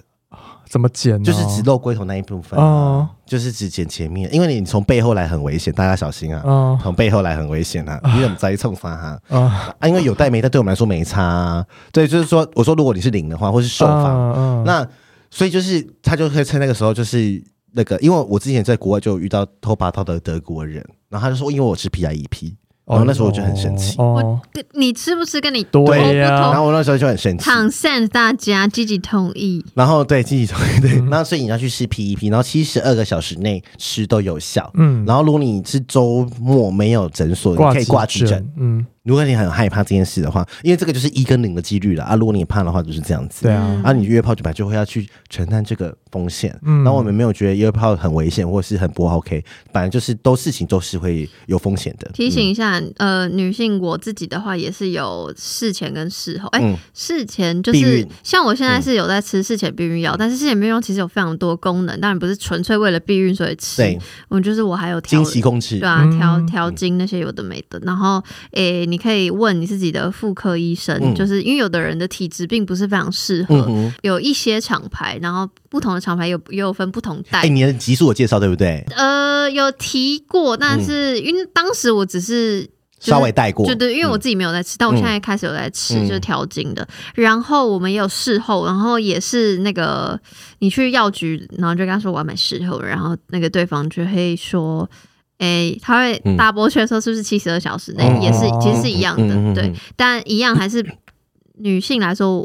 怎么剪呢？就是只露龟头那一部分，啊哦就是只剪前面，因为你从背后来很危险，大家小心啊，哦从背后来很危险啊，哦你怎么在冲杀哈？啊，啊，因为有带没带对我们来说没差、啊，对，就是说，我说如果你是零的话，或是受访，嗯，那所以就是他就会趁那个时候，就是那个，因为我之前在国外就有遇到偷拔刀的德国人，然后他就说，因为我吃 PIEP，然后那时候我就很生气，哦，跟你吃不吃跟你对偷不呀偷然后我那时候就很生气， ，consent 大家积极同意。然后对积极同意嗯对，然后所以你要去吃 PEP，然后七十二个小时内吃都有效。嗯，然后，如果你是周末没有诊所，你可以挂急诊。，嗯，如果你很害怕这件事的话，因为这个就是一跟零的几率了啊。如果你怕的话，就是这样子。对啊，啊，你约炮就本来就会要去承担这个风险。嗯嗯，那我们没有觉得约炮很危险或是很不 OK，本来就是都事情都是会有风险的。嗯提醒一下，呃，女性我自己的话也是有事前跟事后。哎、嗯事前就避是孕嗯像我现在是有在吃事前避孕药，但是事前避孕药其实有非常多功能，当然不是纯粹为了避孕所以吃对。我们就是我还有调惊喜控制对，啊，调嗯调经那些有的没的。然后，诶、你可以问你自己的妇科医生，嗯就是因为有的人的体质并不是非常适合，嗯哼，有一些厂牌，然后不同的厂牌有也有分不同代。哎、你的集数我介绍对不对？呃，有提过，但是、因为当时我只是就是嗯稍微带过，就对，因为我自己没有在吃，但我现在开始有在吃，嗯就是调经的。然后我们也有事后，然后也是那个你去药局，然后就跟他说我要买事后，然后那个对方就会说，哎、他会嗯大波圈说是不是七十二小时内、嗯也是哦其实是一样的，嗯嗯嗯嗯对，但一样还是女性来说，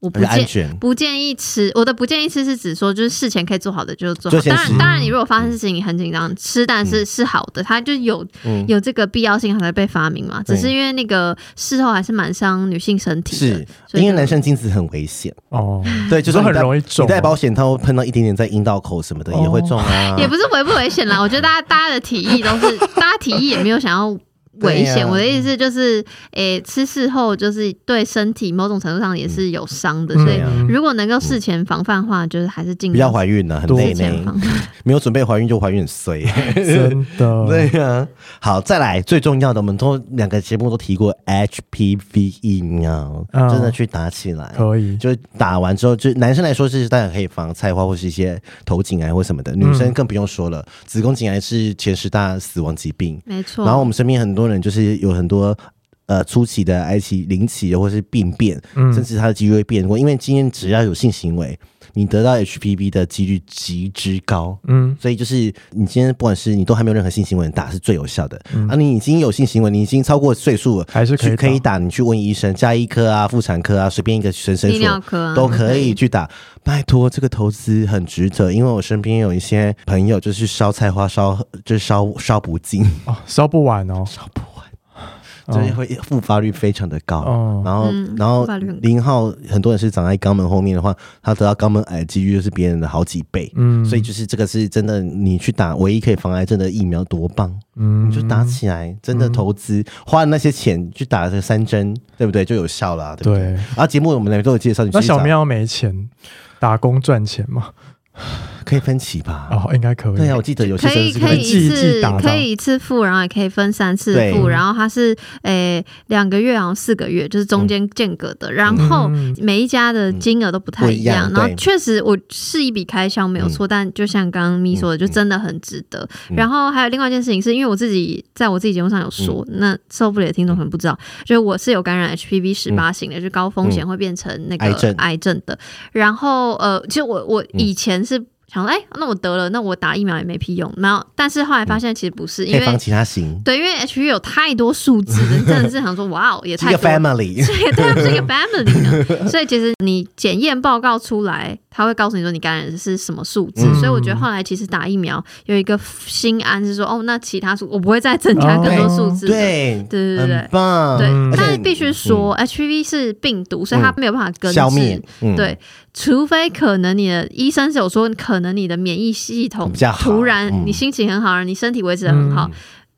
我不而且安建全。不建议吃，我的不建议吃是指说，就是事前可以做好的就做好。就先当吃然，当然，你如果发生事情你很紧张，吃但是是好的，它就有、嗯有这个必要性，它才被发明嘛。对只是因为那个事后还是蛮伤女性身体的是，所以因为就男生精子很危 险，嗯哦，对，就是说你很戴容易肿你戴保险套碰到一点点在阴道口什么的哦也会中啊，也不是危不危 险啦。我觉得大家大家的提议都是，大家提议也没有想要。对危呀险，我的意思就是，诶、吃事后就是对身体某种程度上也是有伤的，所以对啊嗯如果能够事前防范的话，就是还是尽不要量怀孕啊了，很多累事前啊呢防，范。没有准备怀孕就怀孕很衰。真的，对呀、好，再来最重要的，我们都两个节目都提过 HPV 疫苗，嗯 E 哦真的去打起来。可以，就是打完之后，就男生来说是当然可以防菜花或是一些头颈癌或什么的，女生更不用说了，子宫颈癌是前十大死亡疾病。没错。然后我们身边很多人就是有很多呃初期的癌期、零期的或是病变，甚至它的几率会变过，因为今天只要有性行为，你得到 HPV 的几率极之高。嗯，所以就是你今天不管是你都还没有任何性行为，打是最有效的。啊，你已经有性行为，你已经超过岁数了，嗯还是可以去可以打打，你去问医生，加医科啊、妇产科啊，随便一个神神泌尿所。科、啊、都可以去打，拜托，这个投资很值得，因为我身边有一些朋友就是烧菜花烧，就是烧烧不尽，哦，烧不完哦，烧不完，就是会复发率非常的高。哦然后，嗯然后复发率很高零号很多人是长在肛门后面的话，他得到肛门癌的几率就是别人的好几倍。嗯，所以就是这个是真的，你去打唯一可以防癌症的疫苗多棒，嗯你就打起来，真的投资、花那些钱去打这三针，对不对？就有效了、啊，对不对？嗯对。然后节目我们两个都有介绍，你去那小找喵没钱，打工赚钱嘛？可以分期吧？哦，应该可以。对啊，我记得有些可人以是可一以分期季一一季次打的可以一次付，然后也可以分三次对付，然后它是诶两、个月，然后四个月，就是中间间隔的。然后嗯每一家的金额都不太一不一样然后对嗯确实我是一笔开销没有错，但就像刚刚咪说的，就真的很值得。然后还有另外一件事情，是因为我自己在我自己节目上有说，嗯那受不了的听众可能不知道，就是我是有感染 HPV 十八型的，就是高风险会变成那个嗯癌症癌症的。然后呃，其实我我以前是想说，哎、那我得了，那我打疫苗也没屁用。然后，但是后来发现其实不是，可因以防为其他型，对，因为 HPV 有太多数字了，真的是想说，哇哦，也是一太个多了。 family。对，对啊，是一个 family 呢，所以其实你检验报告出来，他会告诉你说你感染的是什么数字。嗯所以我觉得后来其实打疫苗有一个心安，是说哦，那其他数我不会再增加更多数字了。哦对对对对很棒。对嗯，但而是且必须说、h p v 是病毒，所以它没有办法根嗯治。消灭，嗯，对，除非可能你的医生是有说，可能你的免疫系统比较好突然嗯你心情很好，你身体维持的很好，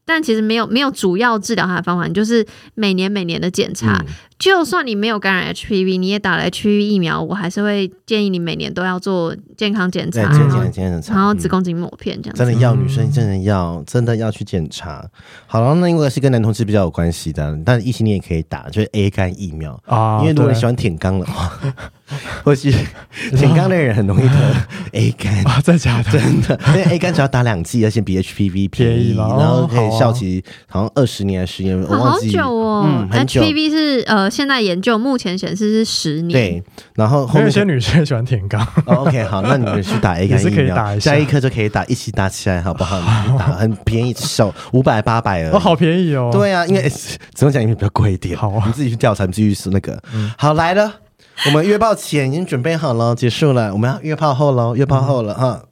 但其实没有没有主要治疗它的方法，你就是每年每年的检查。嗯就算你没有感染 HPV，你也打了 HPV 疫苗，我还是会建议你每年都要做健康检查，对，今天然检后查，今天检查，然后嗯子宫颈抹片这样子。真的要嗯女生真的要真的要去检查。好了，那因为是跟男同志比较有关系的，但异性恋也可以打，就是 A 肝疫苗。啊，因为如果你对喜欢舔肛的话， 或是舔肛的人很容易得 A 肝，啊，在假的，真的，因为 A 肝只要打两剂，而且比 HPV 便便宜宜，了然后哦可好以啊效期好像二十年还是十年，我好忘记。久哦、嗯很久 h p v 是呃，现在研究目前显示是十年，对，然后后因为面有些女生也喜欢舔肛，哦，OK，好，那你们去打 A 也肝是疫可以打苗，一下下一颗就可以打，一起打起来好不好？你们去打很便宜，手五百八百而已哦，。 好便宜哦，对啊，因为 诶子宫讲因为比较贵一点，好啊嗯你自己去调查，你自己去那个。好来了，我们约炮前已经准备好了，结束了，我们要约炮后喽，约炮后嗯了哈。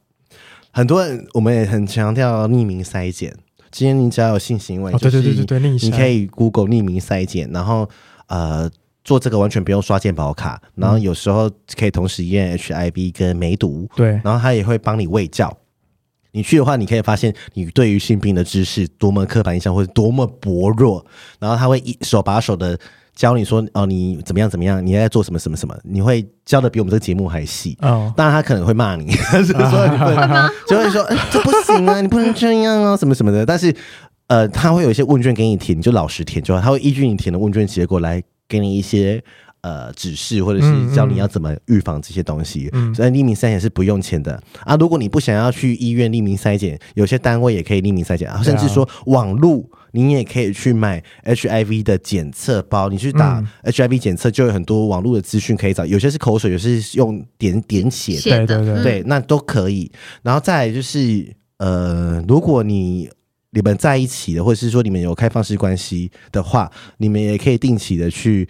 很多人我们也很强调匿名筛检，今天你只要有性行为，哦，对对对就对是对，逆你向可以 Google 匿名筛检，然后呃做这个完全不用刷健保卡，然嗯后有时候可以同时验 HIV 跟梅毒，对，然后他也会帮你喂教。你去的话，你可以发现你对于性病的知识多么刻板印象，或者多么薄弱。然后他会一手把手的教你说，哦，你怎么样怎么样，你在做什么什么什么，你会教的比我们这个节目还细。嗯，当然，他可能会骂 你，所以你不能就会说、哎这不行啊，你不能这样啊，什么什么的。但是呃，他会有一些问卷给你填，你就老实填就好。他会依据你填的问卷结果来给你一些呃指示，或者嗯是教嗯你要怎么预防这些东西。嗯所以匿名筛检是不用钱的啊。如果你不想要去医院匿名筛检，有些单位也可以匿名筛检，啊、对啊甚至说网络。你也可以去买 HIV 的检测包，你去打嗯 HIV 检测，就有很多网络的资讯可以找，有些是口水，有些是用点点写的，写嗯的对对对，那都可以。然后再来就是，呃，如果你你们在一起的，或者是说你们有开放式关系的话，你们也可以定期的去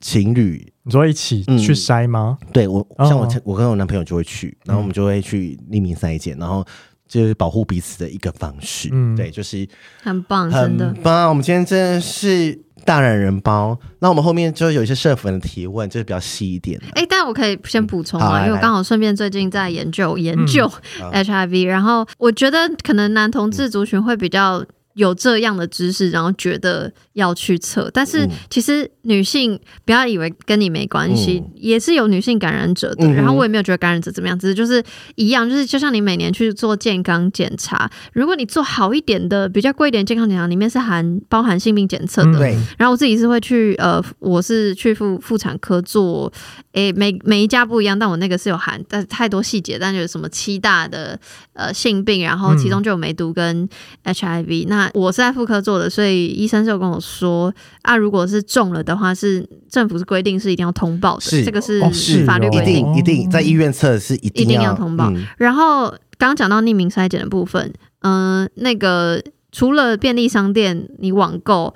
情侣。你说一起嗯去筛吗？对我，哦嗯像我，我跟我男朋友就会去，然后我们就会去匿名筛检，然后就是保护彼此的一个方式。嗯对，就是很棒，真的很。棒。我们今天真的是大懒人包，那我们后面就有一些社粉的提问，就是比较细一点的。哎、但我可以先补充嗯好啊，来因为我来嗯刚好顺便最近在研究研究好 HIV，、然后我觉得可能男同志族群会比较有这样的知识，然后觉得要去测，但是嗯其实女性不要以为跟你没关系，也是有女性感染者的。嗯嗯哼然后我也没有觉得感染者怎么样，只是就是一样，就是就像你每年去做健康检查，如果你做好一点的、比较贵一点的健康检查，里面是含包含性病检测的，嗯对，然后我自己是会去呃，我是去妇妇产科做，诶，每每一家不一样，但我那个是有含，但太多细节，但有什么七大的呃性病，然后其中就有梅毒跟 HIV、那我是在妇科做的，所以医生是有跟我说啊，如果是中了的话，是政府是规定是一定要通报的，是这个是哦是法律哦一规定。定一定在医院测是一一定定要要通报嗯然后刚刚讲到匿名筛检的部分，嗯、那个除了便利商店你网购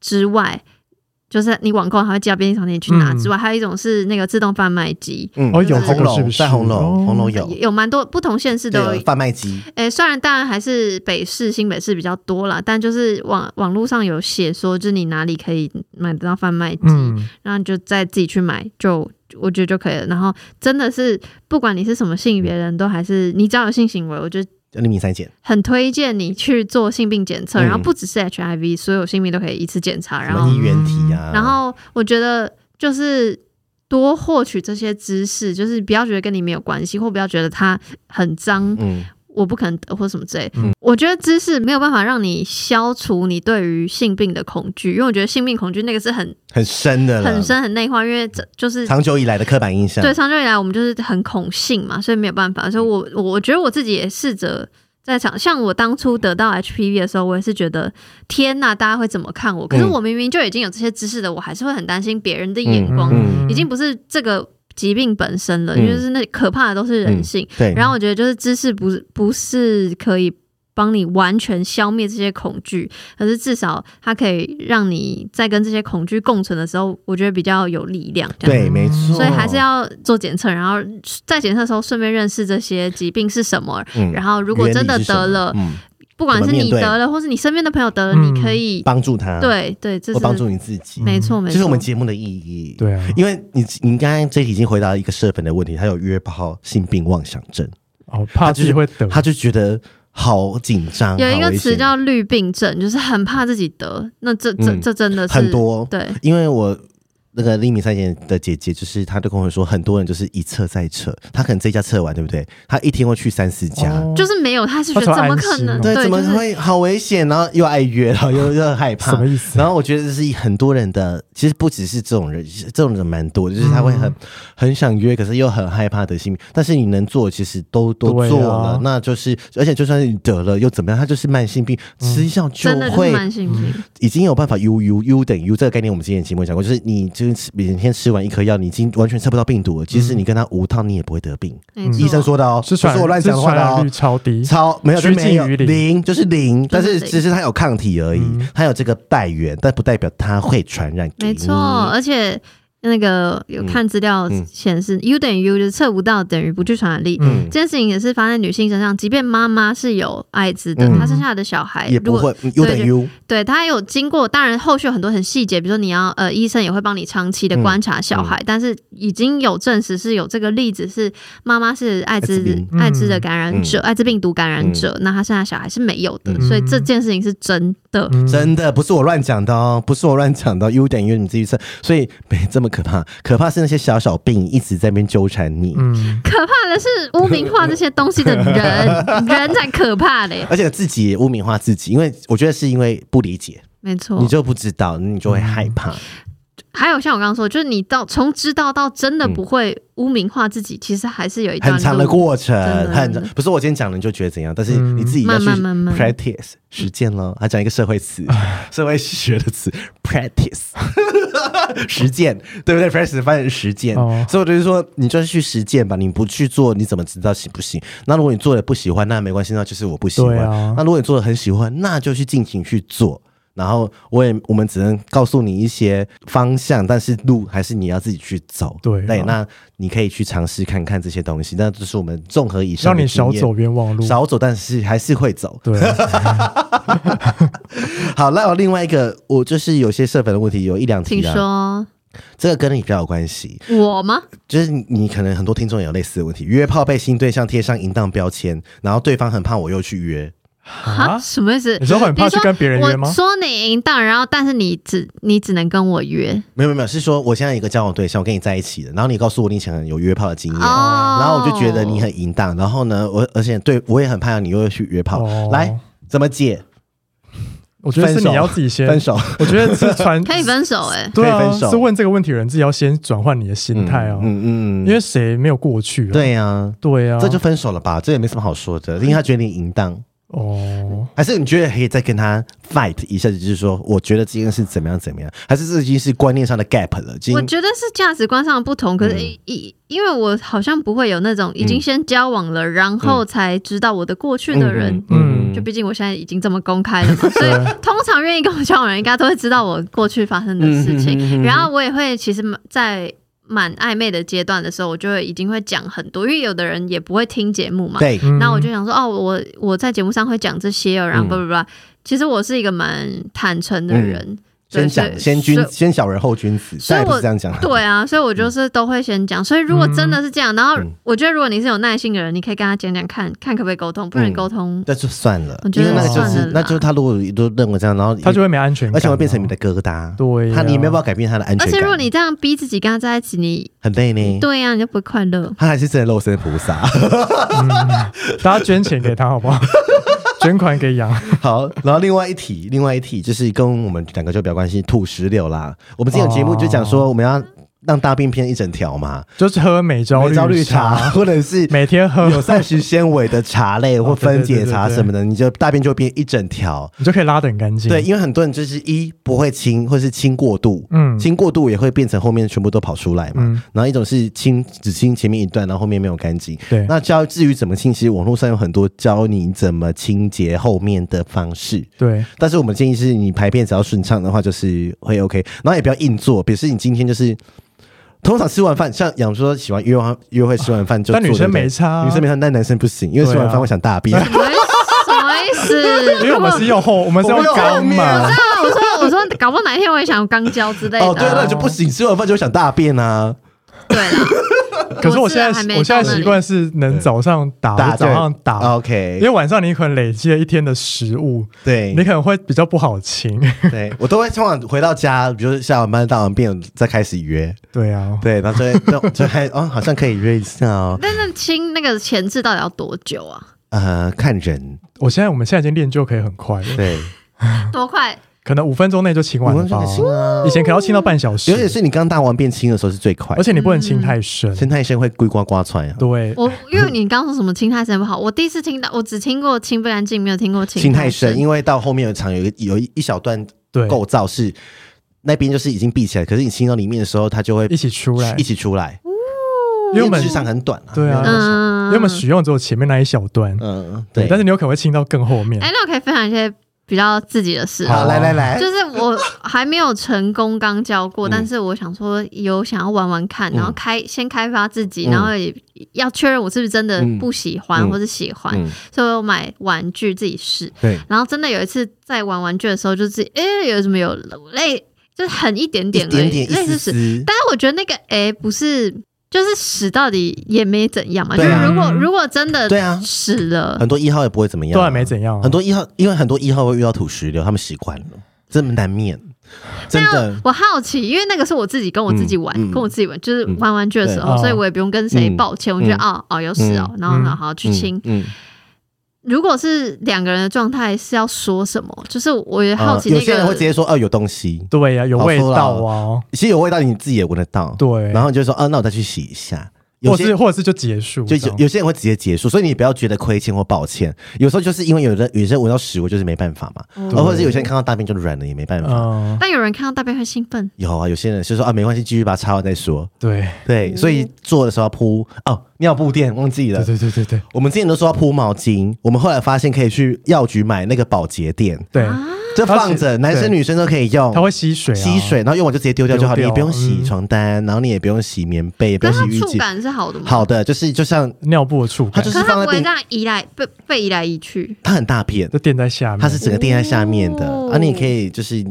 之外，就是你网购还会寄到便利商店去拿嗯之外，还有一种是那个自动贩卖机，嗯哦有这在红个是不楼，是在红哦楼，红楼有有蛮多不同县市都对啊有有。贩卖机，诶，虽然当然还是北市、新北市比较多啦，但就是网网络上有写说，就是你哪里可以买得到贩卖机，嗯，然后你就再自己去买，就我觉得就可以了。然后真的是不管你是什么性别人都还是你只要有性行为，我觉得黎明三检，很推荐你去做性病检测，嗯然后不只是 HIV，所有性病都可以一次检查。什然么后，衣原体啊，然后我觉得就是多获取这些知识，就是不要觉得跟你没有关系，或不要觉得它很脏，嗯我不可能得或什么之类。嗯我觉得知识没有办法让你消除你对于性病的恐惧，因为我觉得性病恐惧那个是很很深的了，很，深很内化，因为这就是长久以来的刻板印象，对，长久以来我们就是很恐性嘛，所以没有办法。嗯所以我我我觉得我自己也试着在场，像我当初得到 HPV 的时候，我也是觉得天呐，大家会怎么看我？可是嗯我明明就已经有这些知识的，我还是会很担心别人的眼光，嗯已经不是这个疾病本身了，嗯就是那可怕的都是人性。对，然后我觉得就是知识不是不是可以。帮你完全消灭这些恐惧，可是至少它可以让你在跟这些恐惧共存的时候，我觉得比较有力量。这样对，没错，所以还是要做检测，然后在检测的时候顺便认识这些疾病是什么。嗯，然后如果真的原理是什么得了，嗯，不管是你怎么面得对了，或是你身边的朋友得了，嗯你可以帮助他，，对对，这或是帮助你自己，没错没这错。是我们节目的意义，。对啊，因为你你刚刚这题已经回答一个社粉的问题，他有约炮性病妄想症，哦，怕自己会得，他就觉得好紧张，有一好个危词险叫绿病症，就是很怕自己得。那这这嗯这真的是很多，对，因为我那个利米三姐的姐姐，就是她就跟我说，很多人就是一测再测，她可能这一家测完，对不对？她一天会去三四家。哦就是没有，他是觉得他才怎么安可心哦能？嘛对，怎么就是会好危险？然后又爱约，然后又又很害什怕么。意思？ 然后我觉得这是很多人的，其实不只是这种人，这种人蛮多的，就是他会嗯很、很想约，可是又很害怕的心理。但是你能做，其实都都对啊做了，那就是而且就算你得了又怎么样？它就是慢性病，吃药就真的就是会慢性病。嗯已经有办法 U U U 等于 U 这个概念，我们之前节目讲过，就是你就是吃每天吃完一颗药，你已经完全测不到病毒了。即使你跟他无套，你也不会得病。嗯没错医生说的哦，是不传是我乱是讲的话传的染哦率。超低，超没有，就趋近没有于零零，就是零，但是零只是他有抗体而已嗯，他有这个带源，但不代表他会传染给没你。错，而且那个有看资料嗯嗯嗯显示、u 等于 U 就是测不到等于不具传染力。嗯这件事情也是发生在女性身上，即便妈妈是有艾滋的，嗯她生下的小孩也如不果会嗯 U 等于 U，对她有经过，当然后续有很多很细节，比如说你要呃，医生也会帮你长期嗯的观察小孩，但是已经有证实是有这个例子是妈妈是艾滋艾滋病嗯艾滋的感染者，艾滋病毒感染者，那她生下小孩是没有的，嗯所以这件事情是真的。嗯真的不是我乱讲的哦，不是我乱讲的哦，U 等于 U 你自己测，所以没这么可怕，可怕是那些小小病一直在那边纠缠你，嗯，可怕的是污名化这些东西的人， 人才可怕嘞。而且自己也污名化自己，因为我觉得是因为不理解，没错你，就不知道，你就会害怕。还有像我刚刚说，就是你到从知道到真的不会污名化自己，其实还是有一段很长的路过程真，的很长不是我今天讲了你就觉得怎样，但是嗯你自己要去慢慢慢慢 practice 实践咯。他讲一个社会 词，社会学的词 practice 实践，对不对？practice 翻译成实践，哦所以我就是说，你就是去实践吧，你不去做，你怎么知道喜不喜？那如果你做的不喜欢，那没关系，那就是我不喜欢。对啊那如果你做的很喜欢，那就去尽情去做。然后我也我们只能告诉你一些方向，但是路还是你要自己去走。对啊对，那你可以去尝试看看这些东西。那这是我们综合以上让的你经少验，走冤枉路。少走，但是还是 会走。对，啊 好，那有另外一个，我就是有些社粉的问题，有一两请题啊，说这个跟你比较有关系，我吗？就是你你可能很多听众也有类似的问题，约炮被新对象贴上淫荡标签，然后对方很怕我又去约，啊，啊，什么意思？你说很怕你去跟别人约吗我？说你淫荡，然后但是你只你只能跟我约没有没有没有，是说我现在有一个交往对象，我跟你在一起了，然后你告诉我你以前有约炮的经验，哦，然后我就觉得你很淫荡，然后呢，我而且对我也很怕你又去约炮，哦来怎么解？我觉得是分手你要自己先分，手，我觉得是传 可以分手哎、对啊可以分手是问这个问题的人自己要先转换你的心态哦啊，嗯嗯嗯因为谁没有过去啊？对呀、对啊，这就分手了吧，这也没什么好说的，因为他觉得你淫荡，哦，还是你觉得可以再跟他 fight 一下，就是说我觉得这件事怎么样怎么样，还是这已经是观念上的 gap 了，已经我觉得是价值观上的不同，可是嗯因因为我好像不会有那种已经先交往了，然嗯后才知道我的过去的人，嗯就毕竟我现在已经这么公开了 嘛，所以对通常愿意跟我交往的人应该都会知道我过去发生的事情，嗯嗯嗯嗯嗯然后我也会其实蛮在。蛮暧昧的阶段的时候，我就会已经会讲很多，因为有的人也不会听节目嘛，对，嗯那我就想说，哦，我我在节目上会讲这些哦，然后嗯叭叭叭。其实我是一个蛮坦诚的人，对嗯先所以讲先君所以先小人后君子，所以但也不我是这样讲的，对啊，所以我就是都会先讲。所以如果真的是这样，然后嗯我觉得如果你是有耐心的人，你可以跟他讲讲看看可不可以沟通，不能嗯沟通，那就算了，我觉因得为那个就算是了啦那就是他如果都认为这样，然后他就会没安全感啊，而且会变成 你的疙瘩，对啊他你没有办法改变他的安全而感，且如果你这样逼自己跟他在一起，你很累嗯呢，对啊呀、你就不会快 乐。他还是真的肉身菩萨。 大家捐钱给他好 不好？捐款给羊，好，然后另外一题，另外一题就是跟我们两个就比较关系，土石榴啦。我们之前有节目就讲哦说，我们要让大便偏一整条嘛，就是喝美招美招绿茶茶， 或者是每天喝，有膳食纤维的茶类或哦对对分解对茶对什么的，你就大便就会变一整条。你就可以拉得很干净。对，，因为很多人就是一不会清，或是清过度，嗯清过度也会变成后面全部都跑出来嘛。嗯然后一种是清只清前面一段，然后后面没有干净。对那教至于怎么清，其实网络上有很多教你怎么清洁后面的方式。对，但是我们建议是你排便只要顺畅的话，就是会 OK，然后也不要硬做。比如说你今天就是，通常吃完饭，像养说喜欢约完约会吃完饭就 做，但女生对不对没差啊女生没差，但男生不行，因为吃完对饭啊会想大便。什么意思什么意思？因为我们是用后，我们是我用们用后肛面嘛，啊，我说我说，搞不好哪一天我也想肛交之类的。哦，对，那你就不行，吃完饭就想大便啊，对啦，可是我啊现还没在我现在到那习里惯是能早上打，啊打我早上打，因为，OK，晚上你可能累积了一天的食物，对 你可能会比较不好 清。对，我都会通常回到家，比如说下完班大完便再开始约，对啊，对，然后就会就就还哦，好像可以约一下哦，但那亲那个前置到底要多久啊？呃，看人，我现在我们现在已经练就可以很快了，对，多快？可能五分钟内就清完我了们就吧很。亲啊，以前可能要清到半小时，尤其是你刚大完便亲的时候是最快而，且你不能嗯清太深。生态生会龟呱呱窜啊。对，我因为你刚说什么清太深不好，我第一次听到，我只听过清不干净，没有听过心清太深，深。因为到后面有一场有一有一一小段对，构造是那边就是已经闭起来，可是你亲到里面的时候，它就会一起出来一，起出来，因为我因为们时长很短啊。对啊没有那么长因嗯为我们使用只有前面那一小段，嗯，对，对。但是你有可能会清到更后面哎、。那我可以分享一些比较自己的事。好，来来来，就是我还没有成功刚教过，哎呃嗯但是我想说有想要玩玩看，嗯然后开先开发自己，嗯然后也要确认我是不是真的不喜嗯欢嗯或是喜欢，嗯，所以我买玩具自己试。对，然后真的有一次在玩玩具的时候，就是哎、有什么有类，就是很一点点一而点已，点一类丝似是丝，但是我觉得那个哎、不是，就是屎到底也没怎样嘛。就对是啊如果如果真的对啊屎了，很多一号也不会怎么样啊，都还没怎样啊，很多一号，因为很多一号会遇到土石流，他们习惯了，这难免。真的但，我好奇，因为那个是我自己跟我自己玩，嗯嗯跟我自己玩，就是玩玩具的时候，对所以我也不用跟谁抱歉。我觉得哦哦有事哦，然后嗯好好去亲。嗯，如果是两个人的状态是要说什么？就是我也呃好奇有那些人会直个接说，哦，有东西，对呀、有好味说啦道啊，其实有味道，你自己也闻得到，对然后你就说，啊，那我再去洗一下，有或些是或者是就结束就这样，有有些人会直接结束，所以你不要觉得亏欠或抱歉。有时候就是因为有的有些人闻到屎味就是没办法嘛，嗯呃或者是有些人看到大便就软了也没办法。嗯，但有人看到大便会兴奋，有啊，有些人是说啊，没关系，继续把它擦完再说。对，对，所嗯以做的时候要铺哦，尿布垫忘记对了。对对对对我们之前都说要铺毛巾，我们后来发现可以去药局买那个保洁垫，对，就放着，男生女生都可以用它。会吸水、啊，吸水，，然后用完就直接丢掉就好，你丢掉也不用洗嗯床单，然后你也不用洗棉被，也不可用是洗它浴触巾。感是好的吗？好的，就是就像尿布的触它感就，可是是它放在不会冰这，样移来被被移来移去。它很大片，就垫在下面，它是整个垫在下面的，哦啊，你也可以就是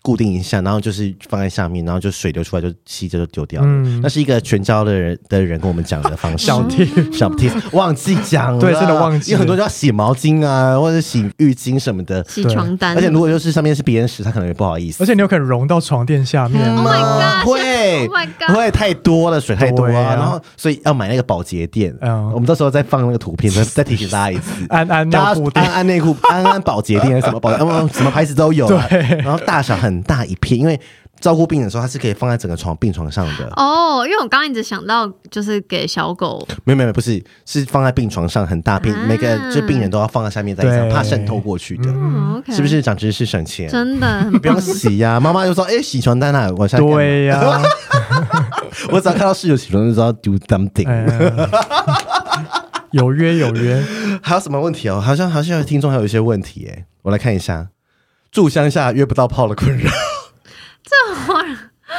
固定一下，然后就是放在下面，然后就水流出来就吸着就丢掉了。嗯那是一个全教的人的人跟我们讲的方式。小 T 小 t 忘记讲了，对真的忘记了因为很多人要洗毛巾啊，或者洗浴巾什么的。洗对床单，而且如果就是上面是别人屎，他可能也不好意思。而且你有可能融到床垫下面嗯，Oh 啊， my god，会 Oh my god 会太多了，水太多对啊然后所以要买那个保洁垫。嗯我们到时候再放那个图 片，再再提醒大家一次。安安尿大家布安垫，安内裤、安安保洁垫什么保洁，嗯什么牌子都有啊。然后大小很大一片，因为照顾病人的时候，它是可以放在整个床病床上的。哦，因为我刚刚一直想到就是给小狗，没有没有，不是，是放在病床上很大片，啊每个就病人都要放在下面再一张，对怕渗透过去的，嗯，OK，是不是？长知识省钱，真的很不用洗呀、妈妈就说：“哎、洗床单啊，我下对呀、 我只要看到室友洗床单就知道 do something。哎有约有约，还有什么问题哦？好像好像有听众还有一些问题耶、我来看一下。住乡下约不到炮的困扰，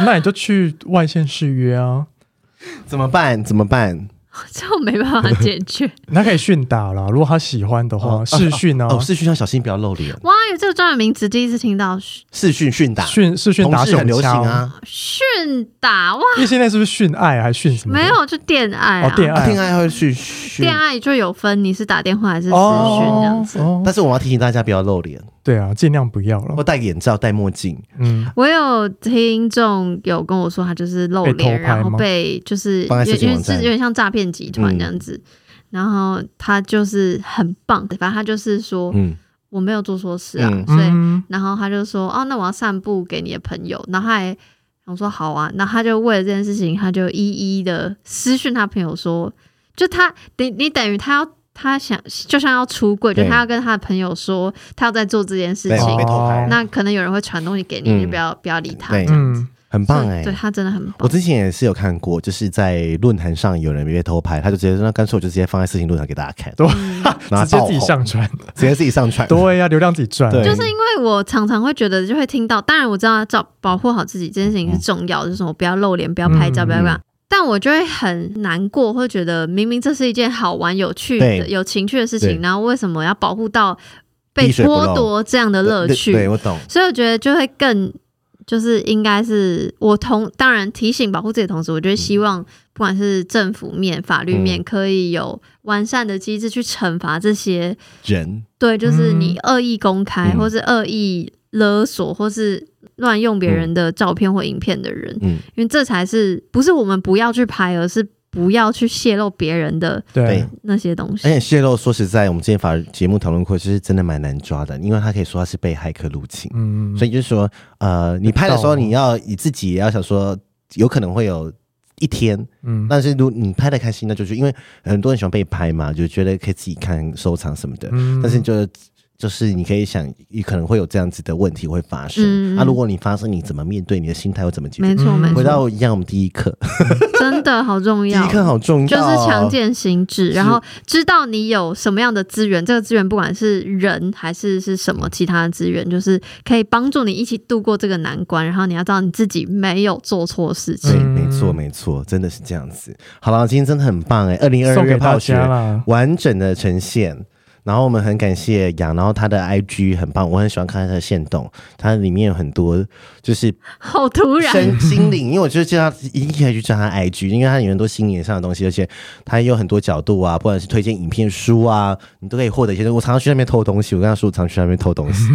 那你就去外县市约啊，怎么办？怎么办？ 这我没办法解决。那可以训打啦，如果他喜欢的话，试训啊，哦，视讯要小心，不要露脸。哇，有这个专有名词，第一次听到训视讯训打，训试训啊同打事手很流行枪，啊。训 打哇，异性恋是不是训爱啊还是训什么的？没有就电爱哦啊，，恋啊，爱听爱会去训电，爱就有分你是打电话还是私讯这样哦子。哦，但是我要提醒大家不要露脸，对啊，尽量不要了或，戴眼罩、戴墨镜。嗯，我有听众有跟我说，他就是露被偷拍脸，然后吗被就是放在色有情因为网是站有点像诈骗集嗯团这样子。然后他就是很棒，反正他就是说、嗯，我没有做错事啊，嗯所以嗯然后他就说：“哦，那我要散步给你的朋友。”然后他还想说：“好啊。”那他就为了这件事情，他就一一的私讯他朋友说：“就他，你你等于他要他想就像要出柜，就对他要跟他的朋友说他要在做这件事对，哦被情。偷拍，那可能有人会传东西给你，嗯你就不要不要理他。对这样嗯，很棒哎、对他真的很我棒。之前也是有看过，就是在论坛上有人被偷拍，他就直接说，那干脆我就直接放在事情论坛给大家看，对嗯然后直接爆自己红上传， 直接自己上传。对呀、流量自己赚，对就是因为我常常会觉得，就会听到，当然我知道照保护好自己这件事情是重要，就是我不要露脸，不要拍照，嗯不要干嘛。但我就会很难过，会觉得明明这是一件好玩、有趣的、对有情趣的事情对，然后为什么要保护到被滴水不漏剥夺这样的乐趣？对对我懂。所以我觉得就会更就是应该是我同当然提醒保护自己的同时，我觉得希望不管是政府面、法律面，嗯可以有完善的机制去惩罚这些人对，就是你恶意公开，嗯或是恶意勒索，或是乱用别人的照片或影片的人，嗯因为这才是不是我们不要去拍，而是不要去泄露别人的对对，那些东而西。且泄露，说实在，我们之前法律节目讨论过，就是真的蛮难抓的，因为他可以说他是被骇客入侵，嗯，所以就是说，呃，你拍的时候，懂你要你自己也要想说，有可能会有一天，嗯，但是如你拍的开心，那就是因为很多人喜欢被拍嘛，就觉得可以自己看、收藏什么的，嗯但是就是就是你可以想，你可能会有这样子的问题会发生。啊嗯那、如果你发生，你怎么面对？你的心态会怎么解决？没错，嗯没回错，到一样，我们第一课，真的好重第要一。课好重要、就是哦，强健心智，是然后知道你有什么样的资源，这个资源不管是人还是是什么其他的资源，就是可以帮助你一起度过这个难关。然后你要知道你自己没有做错事情对，，嗯没错，没错，真的是这样子。好了，今天真的很棒哎、2二零二送月给大炮学家啦，完整的呈现。然后我们很感谢杨，然后他的 IG 很棒，我很喜欢看他的线动，它里面有很多就是好突然，身 心灵，因为我就叫他一定可以去叫他 IG，因为他里面很多心灵上的东西，而且他也有很多角度啊，不管是推荐影片、书啊，你都可以获得一些。我常常去那边偷东西，我跟他说我常去那边偷东西，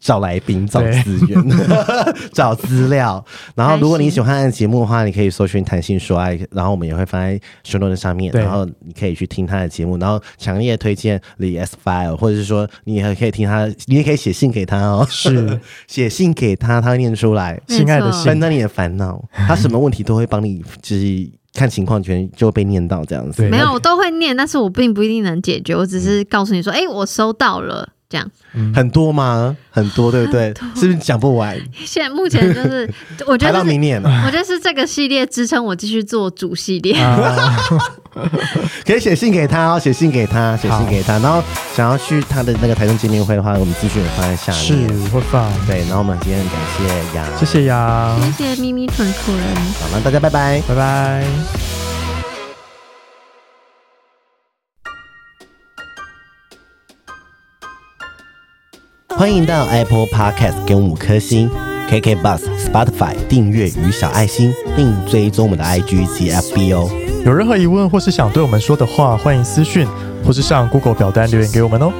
找来宾、找资源、 找资料。然后如果你喜欢节目的话，你可以搜寻“谈性说爱”，然后我们也会放在 show note 上面，对然后你可以去听他的节目，然后强烈推荐李 S File，或者是说你也可以听他，你也可以写信给他哦，是 写信给他，他会念出来。没亲爱的错信分担你的烦恼，他什么问题都会帮你，就是看情况全就会被念到这样子。对没有，我都会念，但是我并不一定能解决，我只是告诉你说，哎、我收到了，这样。 很多吗？很多，对不对？是不是讲不完？现在目前就是，我觉排得到是明年， 我觉得是这个系列支撑我继续做主系列。 啊，可以写信给他哦，写信给他，写信给他。然后想要去他的那个台中见面会的话，我们资讯也放在下是 面。会放，对，然后我们今天很感谢杨，谢谢呀，谢谢咪咪屯口人。好，那大家拜拜。拜拜。欢迎到 Apple Podcast 给我们五颗星，KK Bus、Spotify 订阅与小爱心，并追踪我们的 IG 及 FB 哦。有任何疑问或是想对我们说的话，欢迎私讯或是上 Google 表单留言给我们哦。